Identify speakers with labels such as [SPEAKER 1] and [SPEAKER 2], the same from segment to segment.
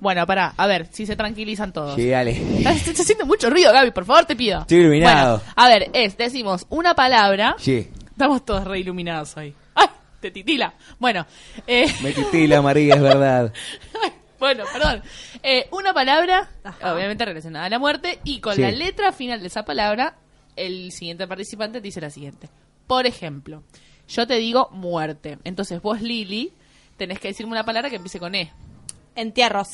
[SPEAKER 1] Bueno, pará, a ver, si se tranquilizan todos.
[SPEAKER 2] Sí, dale.
[SPEAKER 1] Estás, estás haciendo mucho ruido, Gaby, por favor, te pido.
[SPEAKER 2] Estoy iluminado.
[SPEAKER 1] Bueno, a ver, es, decimos una palabra.
[SPEAKER 2] Sí.
[SPEAKER 1] Estamos todos re iluminados hoy. ¡Ay! Te titila. Bueno. Eh,
[SPEAKER 2] Me titila, María, es verdad.
[SPEAKER 1] Ay, Bueno, perdón. Eh, una palabra, obviamente relacionada a la muerte, y con
[SPEAKER 2] Sí.
[SPEAKER 1] la letra final de esa palabra, el siguiente participante dice la siguiente. Por ejemplo, yo te digo muerte. Entonces vos, Lili, tenés que decirme una palabra que empiece con E.
[SPEAKER 3] Entierros.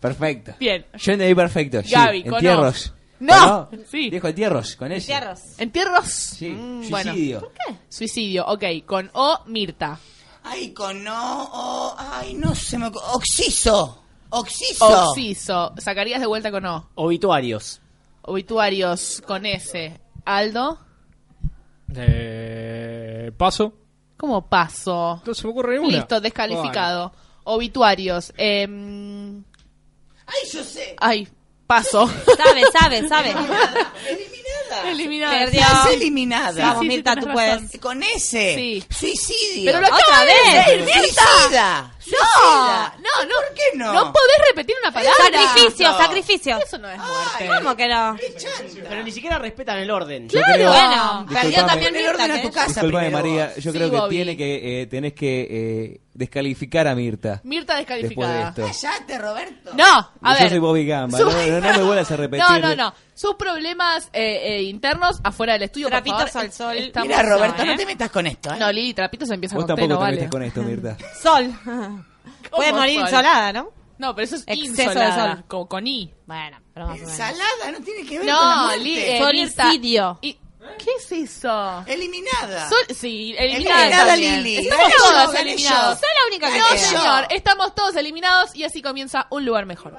[SPEAKER 2] Perfecto.
[SPEAKER 1] Bien.
[SPEAKER 2] Yo entendí perfecto. Sí,
[SPEAKER 1] Gaby, con
[SPEAKER 2] entierros.
[SPEAKER 1] O. No.
[SPEAKER 2] ¿O
[SPEAKER 1] Sí.
[SPEAKER 2] Dijo entierros, con ese.
[SPEAKER 3] Entierros.
[SPEAKER 1] ¿Entierros?
[SPEAKER 2] Sí.
[SPEAKER 1] Mm, bueno.
[SPEAKER 2] Suicidio.
[SPEAKER 1] Suicidio, ok. Con O, Mirta.
[SPEAKER 4] Ay, con no, oh, ay, no se me. ocu- Oxiso. Oxiso.
[SPEAKER 1] Oxiso. Sacarías de vuelta con O.
[SPEAKER 5] Obituarios.
[SPEAKER 1] Obituarios con S. Aldo.
[SPEAKER 6] Eh, paso.
[SPEAKER 1] ¿Cómo paso?
[SPEAKER 6] No se me ocurre ninguna.
[SPEAKER 1] Listo, descalificado. Obituarios. em,
[SPEAKER 4] Ay, yo sé.
[SPEAKER 1] ay, paso.
[SPEAKER 3] Sabe, sabe, sabe.
[SPEAKER 4] Eliminada.
[SPEAKER 1] Eliminada.
[SPEAKER 3] Perdió.
[SPEAKER 4] Estás eliminada.
[SPEAKER 3] Vamos,
[SPEAKER 1] sí,
[SPEAKER 3] Mirta,
[SPEAKER 1] tenés
[SPEAKER 3] tú
[SPEAKER 1] razón.
[SPEAKER 3] puedes.
[SPEAKER 4] Con ese.
[SPEAKER 1] Sí.
[SPEAKER 4] Suicidio.
[SPEAKER 1] Pero lo acabo
[SPEAKER 3] ¡Otra
[SPEAKER 1] de
[SPEAKER 3] vez!
[SPEAKER 1] decir.
[SPEAKER 4] Suicida.
[SPEAKER 1] No,
[SPEAKER 4] Suicida.
[SPEAKER 1] no, no.
[SPEAKER 4] ¿Por qué no?
[SPEAKER 1] No podés repetir una palabra.
[SPEAKER 3] Sacrificio, sacrificio.
[SPEAKER 1] Eso no es muerte.
[SPEAKER 3] ¿Cómo que no?
[SPEAKER 5] Pero ni siquiera respetan el orden.
[SPEAKER 2] Yo
[SPEAKER 3] Claro.
[SPEAKER 2] creo-
[SPEAKER 3] Bueno,
[SPEAKER 2] Disculpame.
[SPEAKER 3] perdió también
[SPEAKER 4] Poner
[SPEAKER 3] Mirta.
[SPEAKER 4] orden a
[SPEAKER 3] ¿qué?
[SPEAKER 4] tu casa
[SPEAKER 2] Disculpame,
[SPEAKER 4] primero.
[SPEAKER 2] María. Yo
[SPEAKER 1] Sí,
[SPEAKER 2] creo que
[SPEAKER 1] Bobby.
[SPEAKER 2] tiene que eh, tenés que eh, descalificar a Mirta.
[SPEAKER 1] Mirta
[SPEAKER 2] Después de
[SPEAKER 1] descalificada.
[SPEAKER 2] esto.
[SPEAKER 4] Cállate, Roberto.
[SPEAKER 1] No, a
[SPEAKER 2] Yo
[SPEAKER 1] ver.
[SPEAKER 2] soy Bobby Gamba,
[SPEAKER 1] Su-
[SPEAKER 2] no- no- no me vuelvas a repetir.
[SPEAKER 1] No, no, no. Sus problemas eh, eh, internos afuera del estudio. por
[SPEAKER 3] Trapitos
[SPEAKER 1] favor.
[SPEAKER 3] al sol.
[SPEAKER 1] Estamos-
[SPEAKER 4] Mira, Roberto,
[SPEAKER 1] ¿eh?
[SPEAKER 4] no te metas con esto. ¿eh?
[SPEAKER 1] No, Lili, trapitos empieza
[SPEAKER 2] Vos
[SPEAKER 1] con T,
[SPEAKER 2] tampoco
[SPEAKER 1] no
[SPEAKER 2] te
[SPEAKER 1] vale.
[SPEAKER 2] metes con esto, Mirta.
[SPEAKER 3] Sol. Puede morir
[SPEAKER 1] sol?
[SPEAKER 3] insolada, ¿no?
[SPEAKER 1] No, pero eso es
[SPEAKER 3] Exceso de
[SPEAKER 1] insolada,
[SPEAKER 3] sol.
[SPEAKER 1] Con, con I.
[SPEAKER 3] Bueno, pero más o menos.
[SPEAKER 4] Ensalada, no tiene que ver con la
[SPEAKER 1] No,
[SPEAKER 4] muerte.
[SPEAKER 1] Lili. eh, Mirta-
[SPEAKER 3] Solicidio.
[SPEAKER 1] I- ¿Qué es eso?
[SPEAKER 4] Eliminada.
[SPEAKER 1] Sol- sí, eliminada.
[SPEAKER 4] Eliminada,
[SPEAKER 1] también.
[SPEAKER 4] Lili.
[SPEAKER 1] Estamos
[SPEAKER 4] Gané yo,
[SPEAKER 1] todos
[SPEAKER 4] gané
[SPEAKER 1] eliminados.
[SPEAKER 4] yo.
[SPEAKER 3] Soy la única que
[SPEAKER 1] No,
[SPEAKER 4] Gané
[SPEAKER 3] queda.
[SPEAKER 4] yo.
[SPEAKER 1] señor, estamos todos eliminados y así comienza un lugar mejor.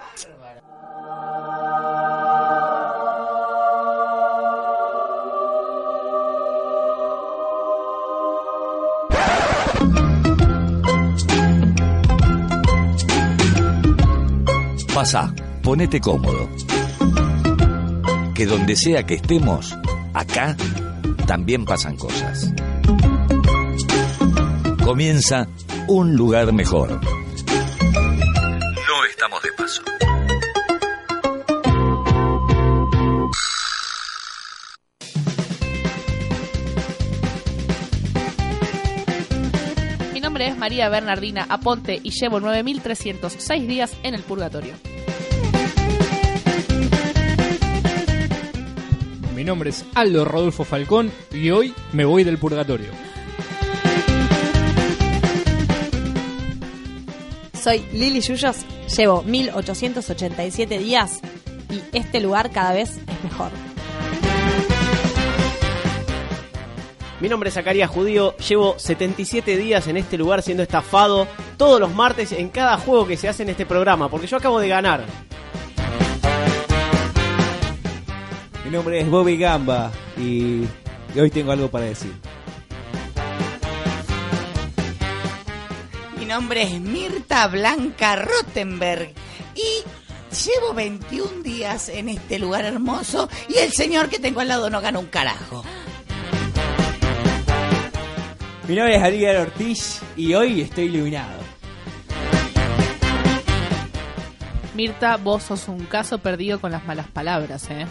[SPEAKER 7] Pasa, ponete cómodo. Que donde sea que estemos, acá también pasan cosas. Comienza un lugar mejor. No estamos de paso.
[SPEAKER 1] Mi nombre es María Bernardina Aponte y llevo 9.306 días en el purgatorio.
[SPEAKER 6] Mi nombre es Aldo Rodolfo Falcón y hoy me voy del purgatorio.
[SPEAKER 3] Soy Lili Yuyos, llevo 1887 días y este lugar cada vez es mejor.
[SPEAKER 5] Mi nombre es Zacarías Judío, llevo 77 días en este lugar siendo estafado todos los martes en cada juego que se hace en este programa, porque yo acabo de ganar.
[SPEAKER 2] Mi nombre es Bobby Gamba y, y hoy tengo algo para decir.
[SPEAKER 4] Mi nombre es Mirta Blanca Rottenberg y llevo 21 días en este lugar hermoso y el señor que tengo al lado no gana un carajo.
[SPEAKER 2] Mi nombre es Ariel Ortiz y hoy estoy iluminado.
[SPEAKER 1] Mirta, vos sos un caso perdido con las malas palabras, ¿eh?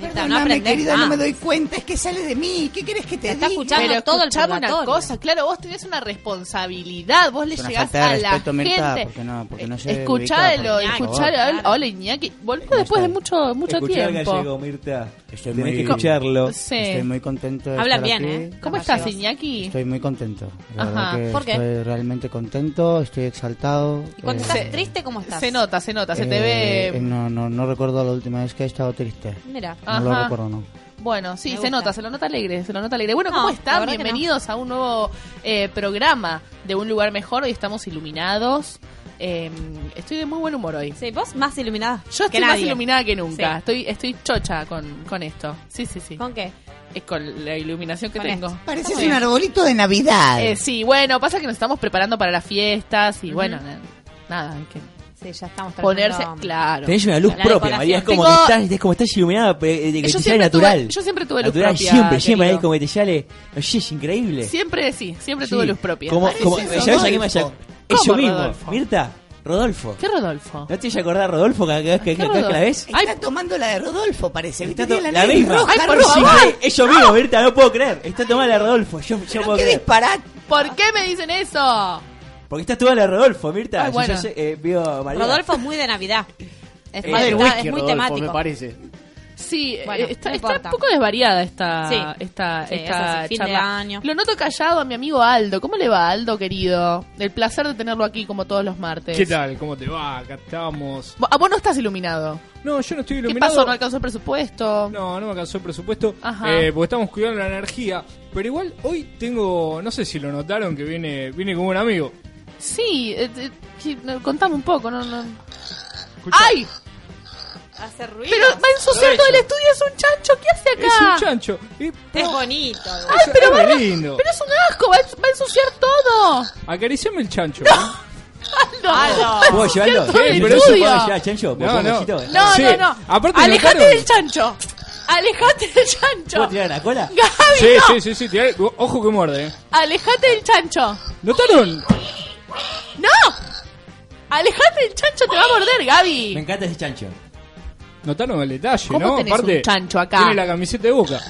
[SPEAKER 3] Mirta,
[SPEAKER 4] Perdóname,
[SPEAKER 3] aprendés Ah.
[SPEAKER 4] querida, no
[SPEAKER 3] más.
[SPEAKER 4] me doy cuenta, es que sale de mí. ¿Qué querés que te
[SPEAKER 3] Te está
[SPEAKER 4] diga?
[SPEAKER 3] escuchando.
[SPEAKER 1] Pero
[SPEAKER 3] todo el
[SPEAKER 1] escuchame una
[SPEAKER 3] purgatorio.
[SPEAKER 1] cosa, claro, vos tenés una responsabilidad, vos le
[SPEAKER 4] Es una
[SPEAKER 1] llegás
[SPEAKER 4] falta de
[SPEAKER 1] a la
[SPEAKER 4] respeto,
[SPEAKER 1] gente. Eh,
[SPEAKER 4] Mirta, porque no- porque no se
[SPEAKER 1] escuchalo,
[SPEAKER 4] ubica, por favor.
[SPEAKER 1] escuchalo. Hola, hola, Iñaki. Volvió después de mucho mucho
[SPEAKER 2] Escuchar
[SPEAKER 1] tiempo.
[SPEAKER 2] gallego, Mirta.
[SPEAKER 4] Estoy
[SPEAKER 2] Tenés
[SPEAKER 4] muy-
[SPEAKER 2] que escucharlo.
[SPEAKER 1] Sí.
[SPEAKER 4] contento.
[SPEAKER 3] Hablan bien, ¿eh?
[SPEAKER 1] ¿Cómo estás, Iñaki?
[SPEAKER 4] muy contento.
[SPEAKER 1] La Ajá, verdad que
[SPEAKER 3] ¿por qué? estoy
[SPEAKER 4] realmente contento, estoy exaltado.
[SPEAKER 3] Y cuando estás triste, ¿cómo estás?
[SPEAKER 1] Se nota, se nota, se te
[SPEAKER 8] Eh,
[SPEAKER 1] ve.
[SPEAKER 8] No, no, no recuerdo la última vez que he estado triste.
[SPEAKER 3] Mira.
[SPEAKER 8] No lo
[SPEAKER 1] Ajá.
[SPEAKER 8] recuerdo, no.
[SPEAKER 1] Bueno, sí,
[SPEAKER 3] Me
[SPEAKER 1] se
[SPEAKER 3] gusta.
[SPEAKER 1] nota, se lo nota alegre, se lo nota alegre. Bueno,
[SPEAKER 3] No,
[SPEAKER 1] ¿cómo
[SPEAKER 3] la
[SPEAKER 1] están?
[SPEAKER 3] verdad que no.
[SPEAKER 1] Bienvenidos a un nuevo eh, programa de Un Lugar Mejor. Hoy estamos iluminados. Eh, estoy de muy buen humor hoy.
[SPEAKER 3] Sí, vos más iluminada.
[SPEAKER 1] Yo
[SPEAKER 3] que
[SPEAKER 1] estoy más
[SPEAKER 3] nadie.
[SPEAKER 1] iluminada que nunca.
[SPEAKER 3] Sí.
[SPEAKER 1] Estoy, estoy chocha con, con esto. Sí, sí, sí.
[SPEAKER 3] ¿Con qué?
[SPEAKER 1] Es con la iluminación que
[SPEAKER 3] Con
[SPEAKER 1] tengo.
[SPEAKER 4] Pareces un arbolito de Navidad.
[SPEAKER 1] Eh, sí, bueno, pasa que nos estamos preparando para las fiestas y bueno, na- nada, hay que
[SPEAKER 3] Sí, ya estamos
[SPEAKER 1] ponerse.
[SPEAKER 3] trabajando.
[SPEAKER 1] Claro.
[SPEAKER 2] Tenés una luz
[SPEAKER 3] La
[SPEAKER 2] propia,
[SPEAKER 3] decoración.
[SPEAKER 2] María. Es como,
[SPEAKER 1] Tengo-
[SPEAKER 2] que estás, es como estás iluminada, eh, de- de- que
[SPEAKER 1] Yo
[SPEAKER 2] te
[SPEAKER 1] siempre
[SPEAKER 2] sale natural.
[SPEAKER 1] tuve- yo siempre tuve luz
[SPEAKER 2] natural,
[SPEAKER 1] propia,
[SPEAKER 2] Siempre, siempre,
[SPEAKER 1] querido.
[SPEAKER 2] ahí como que te sale. Oye, es increíble.
[SPEAKER 1] Siempre sí, siempre
[SPEAKER 2] Sí.
[SPEAKER 1] tuve luz propia.
[SPEAKER 2] Como, como-
[SPEAKER 4] Parece
[SPEAKER 2] ¿sabés a qué me
[SPEAKER 4] Rodolfo.
[SPEAKER 2] haya- Eso
[SPEAKER 1] ¿Cómo,
[SPEAKER 2] mismo.
[SPEAKER 1] Rodolfo?
[SPEAKER 2] Mirta, Rodolfo.
[SPEAKER 1] ¿Qué Rodolfo?
[SPEAKER 2] ¿No te acordás acordar Rodolfo cada vez que,
[SPEAKER 1] ¿Qué
[SPEAKER 2] cada vez que la
[SPEAKER 1] Rodolfo?
[SPEAKER 2] ves?
[SPEAKER 4] Está tomando la de Rodolfo, parece. ¿viste?
[SPEAKER 2] Está to-
[SPEAKER 4] Tiene
[SPEAKER 2] la
[SPEAKER 4] nariz
[SPEAKER 2] misma.
[SPEAKER 4] roja,
[SPEAKER 1] Ay, por
[SPEAKER 4] roja.
[SPEAKER 1] favor.
[SPEAKER 2] Ay, Es yo
[SPEAKER 1] ¡Ah!
[SPEAKER 2] mismo, Mirta, no puedo creer. Está tomada la de Rodolfo, yo, yo
[SPEAKER 4] Pero
[SPEAKER 2] puedo
[SPEAKER 4] qué
[SPEAKER 2] creer.
[SPEAKER 4] disparate.
[SPEAKER 1] ¿Por qué me dicen eso?
[SPEAKER 2] Porque está tomada la de Rodolfo, Mirta.
[SPEAKER 1] Ay,
[SPEAKER 2] Yo-
[SPEAKER 1] bueno.
[SPEAKER 2] yo sé, eh, vio a María.
[SPEAKER 3] Rodolfo es muy de Navidad. Es,
[SPEAKER 6] Eh,
[SPEAKER 5] Es
[SPEAKER 3] muy
[SPEAKER 5] más
[SPEAKER 3] de Navidad,
[SPEAKER 5] del Eh, whisky,
[SPEAKER 3] es muy
[SPEAKER 5] Rodolfo, me
[SPEAKER 3] temático.
[SPEAKER 5] parece.
[SPEAKER 1] Sí,
[SPEAKER 3] Bueno,
[SPEAKER 1] eh, está,
[SPEAKER 3] no
[SPEAKER 1] está
[SPEAKER 3] importa.
[SPEAKER 1] un poco desvariada esta,
[SPEAKER 3] Sí.
[SPEAKER 1] esta,
[SPEAKER 3] Sí,
[SPEAKER 1] esta
[SPEAKER 3] es así, fin
[SPEAKER 1] charla.
[SPEAKER 3] de año.
[SPEAKER 1] Lo noto callado a mi amigo Aldo. ¿Cómo le va, Aldo, querido? El placer de tenerlo aquí como todos los martes.
[SPEAKER 6] ¿Qué tal? ¿Cómo te va? Acá estamos.
[SPEAKER 1] Vo- A vos no estás iluminado.
[SPEAKER 6] No, yo no estoy
[SPEAKER 1] ¿Qué
[SPEAKER 6] iluminado.
[SPEAKER 1] pasó? ¿No alcanzó el presupuesto?
[SPEAKER 6] No, no me alcanzó el presupuesto.
[SPEAKER 1] Ajá.
[SPEAKER 6] Eh, porque estamos cuidando la energía. Pero igual hoy tengo, no sé si lo notaron, que viene, viene como un amigo.
[SPEAKER 1] Sí, eh, eh, que- no, contame un poco. No, no.
[SPEAKER 6] Escuchá,
[SPEAKER 1] ¡Ay!
[SPEAKER 3] Hace ruido.
[SPEAKER 1] Pero va a ensuciar todo el estudio, es un chancho. ¿Qué hace acá?
[SPEAKER 6] Es un chancho. Y-
[SPEAKER 3] Es bonito.
[SPEAKER 1] ¡Ay, pero,
[SPEAKER 6] Es
[SPEAKER 1] va,
[SPEAKER 6] re lindo.
[SPEAKER 1] pero es un asco! Va a, ens- va a ensuciar todo.
[SPEAKER 6] Acariciame el chancho.
[SPEAKER 1] ¡Aldo!
[SPEAKER 2] ¿Puedo llevarlo?
[SPEAKER 1] Ensuciar todo el
[SPEAKER 6] Sí, pero
[SPEAKER 2] ¿Puedo
[SPEAKER 1] estudio.
[SPEAKER 2] llevar, Chancho? ¿Puedo
[SPEAKER 6] No,
[SPEAKER 2] poner
[SPEAKER 6] no.
[SPEAKER 2] besito?
[SPEAKER 1] No,
[SPEAKER 6] Sí,
[SPEAKER 1] no, no.
[SPEAKER 6] aparte
[SPEAKER 1] Alejate
[SPEAKER 6] notaron-
[SPEAKER 1] del chancho. Alejate del chancho.
[SPEAKER 2] ¿Puedo tirar la cola?
[SPEAKER 1] Gaby,
[SPEAKER 6] Sí,
[SPEAKER 1] no.
[SPEAKER 6] sí, sí, sí. tirá- Ojo que muerde. eh.
[SPEAKER 1] Alejate del chancho.
[SPEAKER 6] ¿Notaron?
[SPEAKER 1] ¡No! Alejate del chancho, te va a morder,
[SPEAKER 2] Me
[SPEAKER 1] Gaby.
[SPEAKER 2] encanta ese Chancho.
[SPEAKER 6] Notaron el detalle,
[SPEAKER 1] ¿Cómo
[SPEAKER 6] ¿no?
[SPEAKER 1] tenés un chancho acá?
[SPEAKER 6] Tiene la camiseta de boca.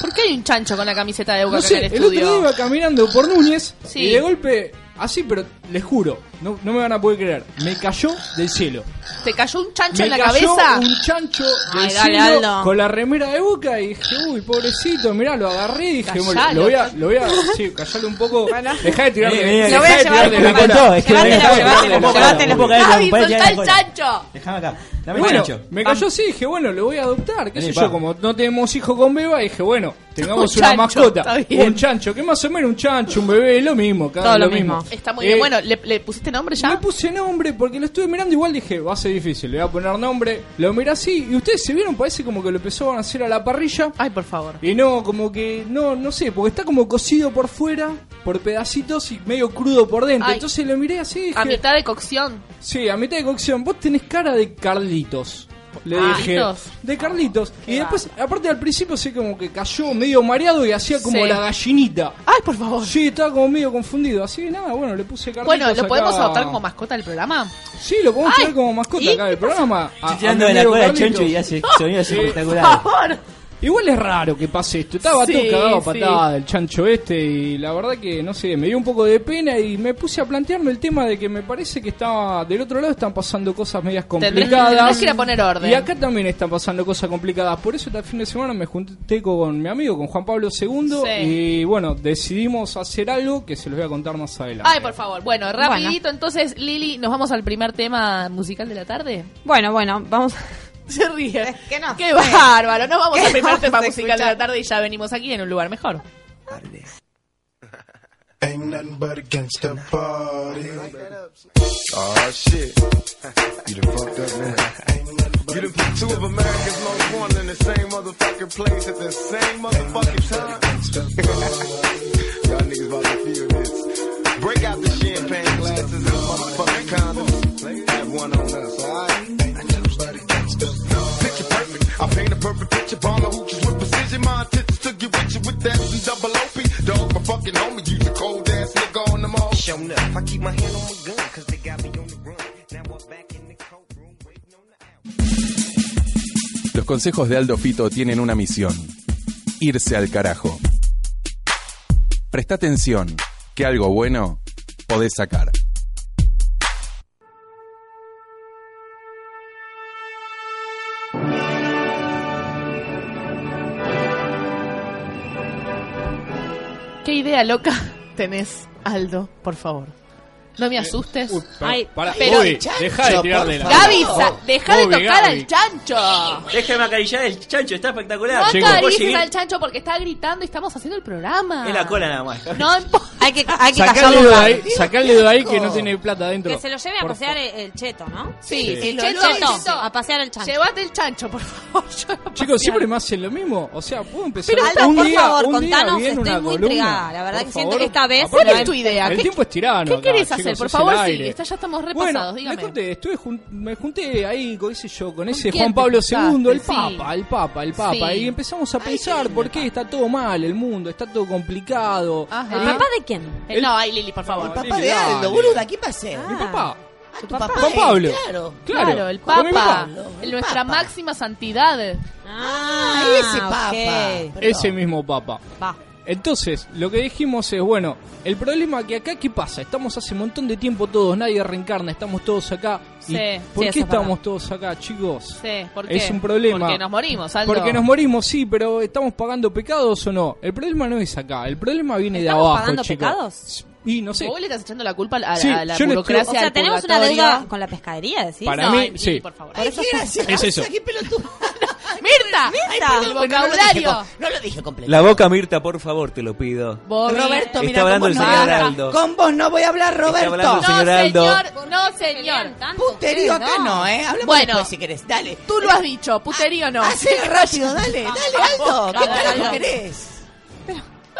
[SPEAKER 1] ¿Por qué hay un chancho con la camiseta de boca
[SPEAKER 6] No
[SPEAKER 1] acá en
[SPEAKER 6] sé,
[SPEAKER 1] el
[SPEAKER 6] el otro día
[SPEAKER 1] estudio?
[SPEAKER 6] iba caminando por Núñez
[SPEAKER 1] Sí.
[SPEAKER 6] y de golpe, así, pero les juro, no, no me van a poder creer, me cayó del cielo.
[SPEAKER 1] ¿Te cayó un chancho
[SPEAKER 6] me
[SPEAKER 1] en la
[SPEAKER 6] cayó
[SPEAKER 1] cabeza?
[SPEAKER 6] un chancho del
[SPEAKER 3] Ay, dale,
[SPEAKER 6] cielo
[SPEAKER 3] Aldo.
[SPEAKER 6] con la remera de boca y dije, uy, pobrecito, mirá, lo agarré y dije,
[SPEAKER 1] Callalo.
[SPEAKER 6] lo voy a, lo voy a, sí, callalo un poco, dejá de tirarle,
[SPEAKER 2] Vení, vení,
[SPEAKER 6] dejá
[SPEAKER 3] lo voy a
[SPEAKER 6] de
[SPEAKER 3] llevar
[SPEAKER 6] tirarle
[SPEAKER 3] como
[SPEAKER 6] la
[SPEAKER 3] para-
[SPEAKER 6] cola.
[SPEAKER 2] es que
[SPEAKER 3] Llévatela,
[SPEAKER 2] me dejaba-
[SPEAKER 3] llévatela,
[SPEAKER 2] un poco,
[SPEAKER 3] llévatela.
[SPEAKER 2] un poco, dale,
[SPEAKER 1] Gaby,
[SPEAKER 2] un poco,
[SPEAKER 1] soltá
[SPEAKER 2] dale,
[SPEAKER 1] el
[SPEAKER 2] dale, dale.
[SPEAKER 1] chancho.
[SPEAKER 2] Déjame acá. Dame el
[SPEAKER 6] Bueno,
[SPEAKER 2] Chancho.
[SPEAKER 6] me
[SPEAKER 2] Pam.
[SPEAKER 6] cayó así, dije, bueno, lo voy a adoptar, qué
[SPEAKER 2] Vení,
[SPEAKER 6] sé
[SPEAKER 2] pa.
[SPEAKER 6] yo, como no tenemos hijo con beba, dije, bueno, tengamos
[SPEAKER 1] Un
[SPEAKER 6] una
[SPEAKER 1] chancho,
[SPEAKER 6] mascota,
[SPEAKER 1] está bien.
[SPEAKER 6] un chancho, que más o menos un chancho, un bebé, lo mismo, cada
[SPEAKER 3] Todo
[SPEAKER 6] uno
[SPEAKER 3] lo
[SPEAKER 6] lo mismo.
[SPEAKER 3] mismo.
[SPEAKER 1] Está muy
[SPEAKER 6] Eh,
[SPEAKER 1] bien. Bueno, ¿le, le pusiste nombre ya?
[SPEAKER 6] Le puse nombre porque lo estuve mirando igual dije, va a ser difícil, le voy a poner nombre. Lo miré así y ustedes se vieron, parece como que lo empezaban a hacer a la parrilla.
[SPEAKER 1] Ay, por favor.
[SPEAKER 6] Y no, como que, no, no sé, porque está como cocido por fuera, por pedacitos y medio crudo por dentro.
[SPEAKER 1] Ay.
[SPEAKER 6] Entonces lo miré así y dije,
[SPEAKER 1] A mitad de cocción.
[SPEAKER 6] sí, a mitad de cocción, vos tenés cara de Carlitos. Le
[SPEAKER 1] Ah.
[SPEAKER 6] dije,
[SPEAKER 1] ¿Carlitos?
[SPEAKER 6] de Carlitos. Y después, aparte al principio, sí, como que cayó medio mareado y hacía como
[SPEAKER 1] Sí.
[SPEAKER 6] la gallinita.
[SPEAKER 1] Ay, por favor.
[SPEAKER 6] Sí, estaba como medio confundido. Así que nada, bueno, le puse Carlitos.
[SPEAKER 1] Bueno, ¿lo podemos
[SPEAKER 6] acá.
[SPEAKER 1] adoptar como mascota del programa?
[SPEAKER 6] Sí, lo podemos
[SPEAKER 1] Ay,
[SPEAKER 6] tener como mascota
[SPEAKER 1] ¿y
[SPEAKER 6] acá del programa. A-
[SPEAKER 2] Estoy
[SPEAKER 6] a
[SPEAKER 2] tirando
[SPEAKER 6] mi
[SPEAKER 2] de la
[SPEAKER 6] amigo
[SPEAKER 2] cola al
[SPEAKER 6] Carlitos.
[SPEAKER 2] Chancho y hace sonidos
[SPEAKER 6] Sí.
[SPEAKER 2] espectaculares.
[SPEAKER 1] Por favor.
[SPEAKER 6] Igual es raro que pase esto. Estaba
[SPEAKER 1] Sí,
[SPEAKER 6] todo cagado a
[SPEAKER 1] sí.
[SPEAKER 6] patada el chancho este y la verdad que, no sé, me dio un poco de pena y me puse a plantearme el tema de que me parece que estaba del otro lado están pasando cosas medias
[SPEAKER 1] Tendrás que-
[SPEAKER 6] complicadas.
[SPEAKER 1] tendrás que ir a poner orden.
[SPEAKER 6] Y acá también están pasando cosas complicadas. Por eso este fin de semana me junté con mi amigo, con Juan Pablo II
[SPEAKER 1] Sí.
[SPEAKER 6] y bueno, decidimos hacer algo que se los voy a contar más adelante.
[SPEAKER 1] Ay, por favor. Bueno, rapidito, entonces, Lili, ¿nos vamos al primer tema musical de la tarde?
[SPEAKER 3] Bueno, bueno, vamos.
[SPEAKER 1] Se ríe.
[SPEAKER 3] Es que no
[SPEAKER 1] Qué
[SPEAKER 3] sé.
[SPEAKER 1] bárbaro. Nos vamos
[SPEAKER 3] ¿Qué
[SPEAKER 1] al primer
[SPEAKER 3] vamos
[SPEAKER 1] tema
[SPEAKER 3] a
[SPEAKER 1] musical de la
[SPEAKER 3] escuchar?
[SPEAKER 1] tarde y ya venimos aquí en un lugar mejor.
[SPEAKER 9] Ain't nothing but a gangsta party. Oh shit. You done fucked up, man. You done put two of America's most wanted in the same motherfucking place at the same motherfucking time. Y'all niggas about to feel this. Break out the champagne glasses and motherfucking condoms. Have one on us, alright? Picture perfect. I paint a perfect picture. Bomber hoochies with precision. My intentions took you with you with that and double OP. Dog, my fucking homie. You the cold ass nigga on them all.
[SPEAKER 10] Show enough. I keep my hand on my gun, cause they got me on the run. Now I'm back in the courtroom waiting on the hour.
[SPEAKER 11] Los consejos de Aldo Fito tienen una misión. Irse al carajo. Presta atención, que algo bueno podés sacar.
[SPEAKER 1] ¿Qué idea loca tenés, Aldo? Por favor. No me asustes.
[SPEAKER 6] Uy, pa-
[SPEAKER 3] Ay,
[SPEAKER 6] pará,
[SPEAKER 1] pero
[SPEAKER 6] Bobby,
[SPEAKER 1] el chancho,
[SPEAKER 6] dejá de tirarle la
[SPEAKER 1] Gaby, sa- deja de
[SPEAKER 6] Bobby,
[SPEAKER 1] tocar
[SPEAKER 6] Gaby.
[SPEAKER 1] al chancho.
[SPEAKER 2] Déjame acariciar el Chancho, está espectacular.
[SPEAKER 1] No
[SPEAKER 6] chicos,
[SPEAKER 1] acaricies
[SPEAKER 2] oye,
[SPEAKER 1] al chancho porque está gritando y estamos haciendo el programa.
[SPEAKER 2] Es la cola nada más.
[SPEAKER 1] No impo-
[SPEAKER 3] Hay que, hay que
[SPEAKER 6] Sacale
[SPEAKER 3] callarlo.
[SPEAKER 6] de ahí, sacale de ahí que no tiene plata adentro.
[SPEAKER 3] Que se lo lleve a
[SPEAKER 6] Por
[SPEAKER 3] pasear el, el cheto, ¿no?
[SPEAKER 1] Sí,
[SPEAKER 4] Sí.
[SPEAKER 1] Che,
[SPEAKER 4] El
[SPEAKER 1] Ludo,
[SPEAKER 4] chancho.
[SPEAKER 1] Ludo,
[SPEAKER 3] A pasear el chancho.
[SPEAKER 1] Llévate el chancho, por favor. Yo voy a pasear.
[SPEAKER 6] Chicos, siempre me hacen lo mismo. O sea, puedo empezar
[SPEAKER 3] Pero, Aldo,
[SPEAKER 6] un
[SPEAKER 3] por
[SPEAKER 6] día,
[SPEAKER 3] favor,
[SPEAKER 6] un día
[SPEAKER 3] contanos,
[SPEAKER 6] bien
[SPEAKER 3] estoy
[SPEAKER 6] una
[SPEAKER 3] muy
[SPEAKER 6] columna.
[SPEAKER 3] intrigada. La verdad
[SPEAKER 6] Por
[SPEAKER 3] que siento
[SPEAKER 6] favor.
[SPEAKER 3] que esta vez-
[SPEAKER 6] Aparte,
[SPEAKER 1] ¿Cuál es
[SPEAKER 6] el-
[SPEAKER 1] tu idea?
[SPEAKER 6] El
[SPEAKER 1] ¿Qué-
[SPEAKER 6] tiempo es tirano.
[SPEAKER 1] ¿Qué
[SPEAKER 6] acá,
[SPEAKER 1] querés
[SPEAKER 6] chicos,
[SPEAKER 1] hacer? Por
[SPEAKER 6] es el
[SPEAKER 1] favor,
[SPEAKER 6] aire.
[SPEAKER 1] sigue. Ya estamos repasados,
[SPEAKER 6] Bueno,
[SPEAKER 1] dígame.
[SPEAKER 6] les conté, estuve jun- me junté ahí, qué sé yo, con ese
[SPEAKER 1] quién
[SPEAKER 6] Juan
[SPEAKER 1] te
[SPEAKER 6] Pablo
[SPEAKER 1] juntaste?
[SPEAKER 6] II, el
[SPEAKER 1] Sí.
[SPEAKER 6] Papa, el Papa, el Papa.
[SPEAKER 1] Sí.
[SPEAKER 6] Y empezamos a
[SPEAKER 1] qué
[SPEAKER 6] pensar
[SPEAKER 1] lindo
[SPEAKER 6] por
[SPEAKER 1] el
[SPEAKER 6] qué está todo mal el mundo, está todo complicado.
[SPEAKER 1] Ajá.
[SPEAKER 6] ¿Ah?
[SPEAKER 3] ¿El papá de quién?
[SPEAKER 1] Eh, No, Eh, ay, Lili, por favor.
[SPEAKER 4] Papá de Aldo, boluda, ¿qué pasa?
[SPEAKER 6] Mi papá.
[SPEAKER 4] tu
[SPEAKER 1] Ah, papá.
[SPEAKER 4] papá, Juan Pablo. eh, claro.
[SPEAKER 1] claro.
[SPEAKER 4] Claro,
[SPEAKER 1] el
[SPEAKER 4] Juan
[SPEAKER 1] Papa.
[SPEAKER 4] Pablo,
[SPEAKER 1] el nuestra máxima santidad.
[SPEAKER 3] Ah,
[SPEAKER 4] ese Papa.
[SPEAKER 6] Ese mismo papa.
[SPEAKER 3] Va.
[SPEAKER 6] Entonces, lo que dijimos es, bueno, el problema que acá, ¿qué pasa? Estamos hace un montón de tiempo todos, nadie reencarna, estamos todos acá.
[SPEAKER 1] Sí.
[SPEAKER 6] ¿Y
[SPEAKER 1] Sí,
[SPEAKER 6] ¿Por
[SPEAKER 1] eso
[SPEAKER 6] qué
[SPEAKER 1] es verdad.
[SPEAKER 6] estamos todos acá, chicos?
[SPEAKER 1] Sí, ¿por qué?
[SPEAKER 6] Es un problema.
[SPEAKER 1] Porque nos morimos, Aldo.
[SPEAKER 6] Porque nos morimos, sí, pero ¿estamos pagando pecados o no? El problema no es acá, el problema viene de
[SPEAKER 3] ¿Estamos
[SPEAKER 6] abajo,
[SPEAKER 3] pagando
[SPEAKER 6] chicos.
[SPEAKER 3] pecados?
[SPEAKER 6] Y no sé.
[SPEAKER 1] Vos le estás echando la culpa a la,
[SPEAKER 6] Sí,
[SPEAKER 1] a la
[SPEAKER 6] yo no estoy-
[SPEAKER 1] burocracia.
[SPEAKER 3] O sea,
[SPEAKER 1] al
[SPEAKER 3] tenemos una
[SPEAKER 1] purgatorio.
[SPEAKER 3] deuda con la pescadería, decís.
[SPEAKER 6] Para
[SPEAKER 1] No,
[SPEAKER 6] mí,
[SPEAKER 1] y-
[SPEAKER 6] sí.
[SPEAKER 1] por favor.
[SPEAKER 4] Ay, qué gracioso,
[SPEAKER 6] Es eso.
[SPEAKER 4] qué pelotudo.
[SPEAKER 1] ¡Mirta!
[SPEAKER 4] Ay,
[SPEAKER 3] Mirta,
[SPEAKER 4] perdón,
[SPEAKER 1] el
[SPEAKER 4] bueno, no lo dije
[SPEAKER 1] Ah, vocabulario.
[SPEAKER 4] com- No lo dije completo.
[SPEAKER 2] La boca, Mirta, por favor, te lo pido.
[SPEAKER 1] Bobby.
[SPEAKER 4] Roberto,
[SPEAKER 2] Está
[SPEAKER 4] mira,
[SPEAKER 2] hablando
[SPEAKER 4] con
[SPEAKER 2] el
[SPEAKER 4] vos
[SPEAKER 2] señor
[SPEAKER 4] no hablo.
[SPEAKER 2] Aldo.
[SPEAKER 4] Con vos no voy a hablar,
[SPEAKER 2] hablando el
[SPEAKER 4] Roberto.
[SPEAKER 2] señor-
[SPEAKER 1] No,
[SPEAKER 2] Aldo.
[SPEAKER 1] señor. No, señor.
[SPEAKER 4] Puterío acá no, ¿eh? Hablamos
[SPEAKER 1] Bueno.
[SPEAKER 4] después si querés. Dale.
[SPEAKER 1] Tú lo has dicho, puterío no.
[SPEAKER 3] Ah,
[SPEAKER 1] Ah,
[SPEAKER 4] Hacelo Ah, rápido, dale, dale, Aldo. ¿Qué
[SPEAKER 3] Vamos,
[SPEAKER 4] carajo
[SPEAKER 3] Aldo.
[SPEAKER 4] querés?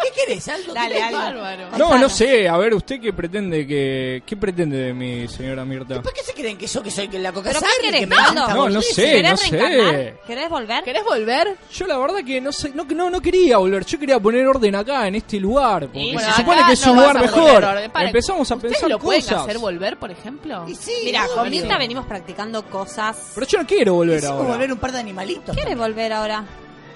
[SPEAKER 4] ¿Qué querés, Aldo?
[SPEAKER 3] Dale,
[SPEAKER 4] ¿Qué
[SPEAKER 3] Aldo.
[SPEAKER 1] Bárbaro.
[SPEAKER 6] No, no sé, a ver, ¿usted qué pretende que... ¿Qué pretende de mí, señora Mirta?
[SPEAKER 4] ¿Por qué se creen que yo que soy la coca
[SPEAKER 3] ¿Pero qué
[SPEAKER 4] Sarri, que
[SPEAKER 3] querés,
[SPEAKER 4] me
[SPEAKER 3] Aldo?
[SPEAKER 4] gusta
[SPEAKER 6] No, no
[SPEAKER 4] volver?
[SPEAKER 6] sé,
[SPEAKER 3] ¿Querés
[SPEAKER 6] no sé.
[SPEAKER 3] reencarnar? ¿Querés volver?
[SPEAKER 1] ¿Querés volver?
[SPEAKER 6] Yo la verdad que no sé, no, no, no quería volver, yo quería poner orden acá, en este lugar, porque
[SPEAKER 1] Bueno,
[SPEAKER 6] se
[SPEAKER 1] acá
[SPEAKER 6] supone que es
[SPEAKER 1] no
[SPEAKER 6] un
[SPEAKER 1] vas
[SPEAKER 6] lugar
[SPEAKER 1] a poner
[SPEAKER 6] mejor.
[SPEAKER 1] orden. Para,
[SPEAKER 6] Empezamos a
[SPEAKER 1] ¿ustedes
[SPEAKER 6] pensar
[SPEAKER 1] lo pueden
[SPEAKER 6] cosas.
[SPEAKER 1] hacer volver, por ejemplo?
[SPEAKER 4] Y sí,
[SPEAKER 3] Mira,
[SPEAKER 4] obvio.
[SPEAKER 3] con Mirta venimos practicando cosas.
[SPEAKER 6] Pero yo no quiero volver
[SPEAKER 4] Hicimos
[SPEAKER 6] ahora.
[SPEAKER 4] volver un par de animalitos.
[SPEAKER 3] ¿Quieres volver ahora?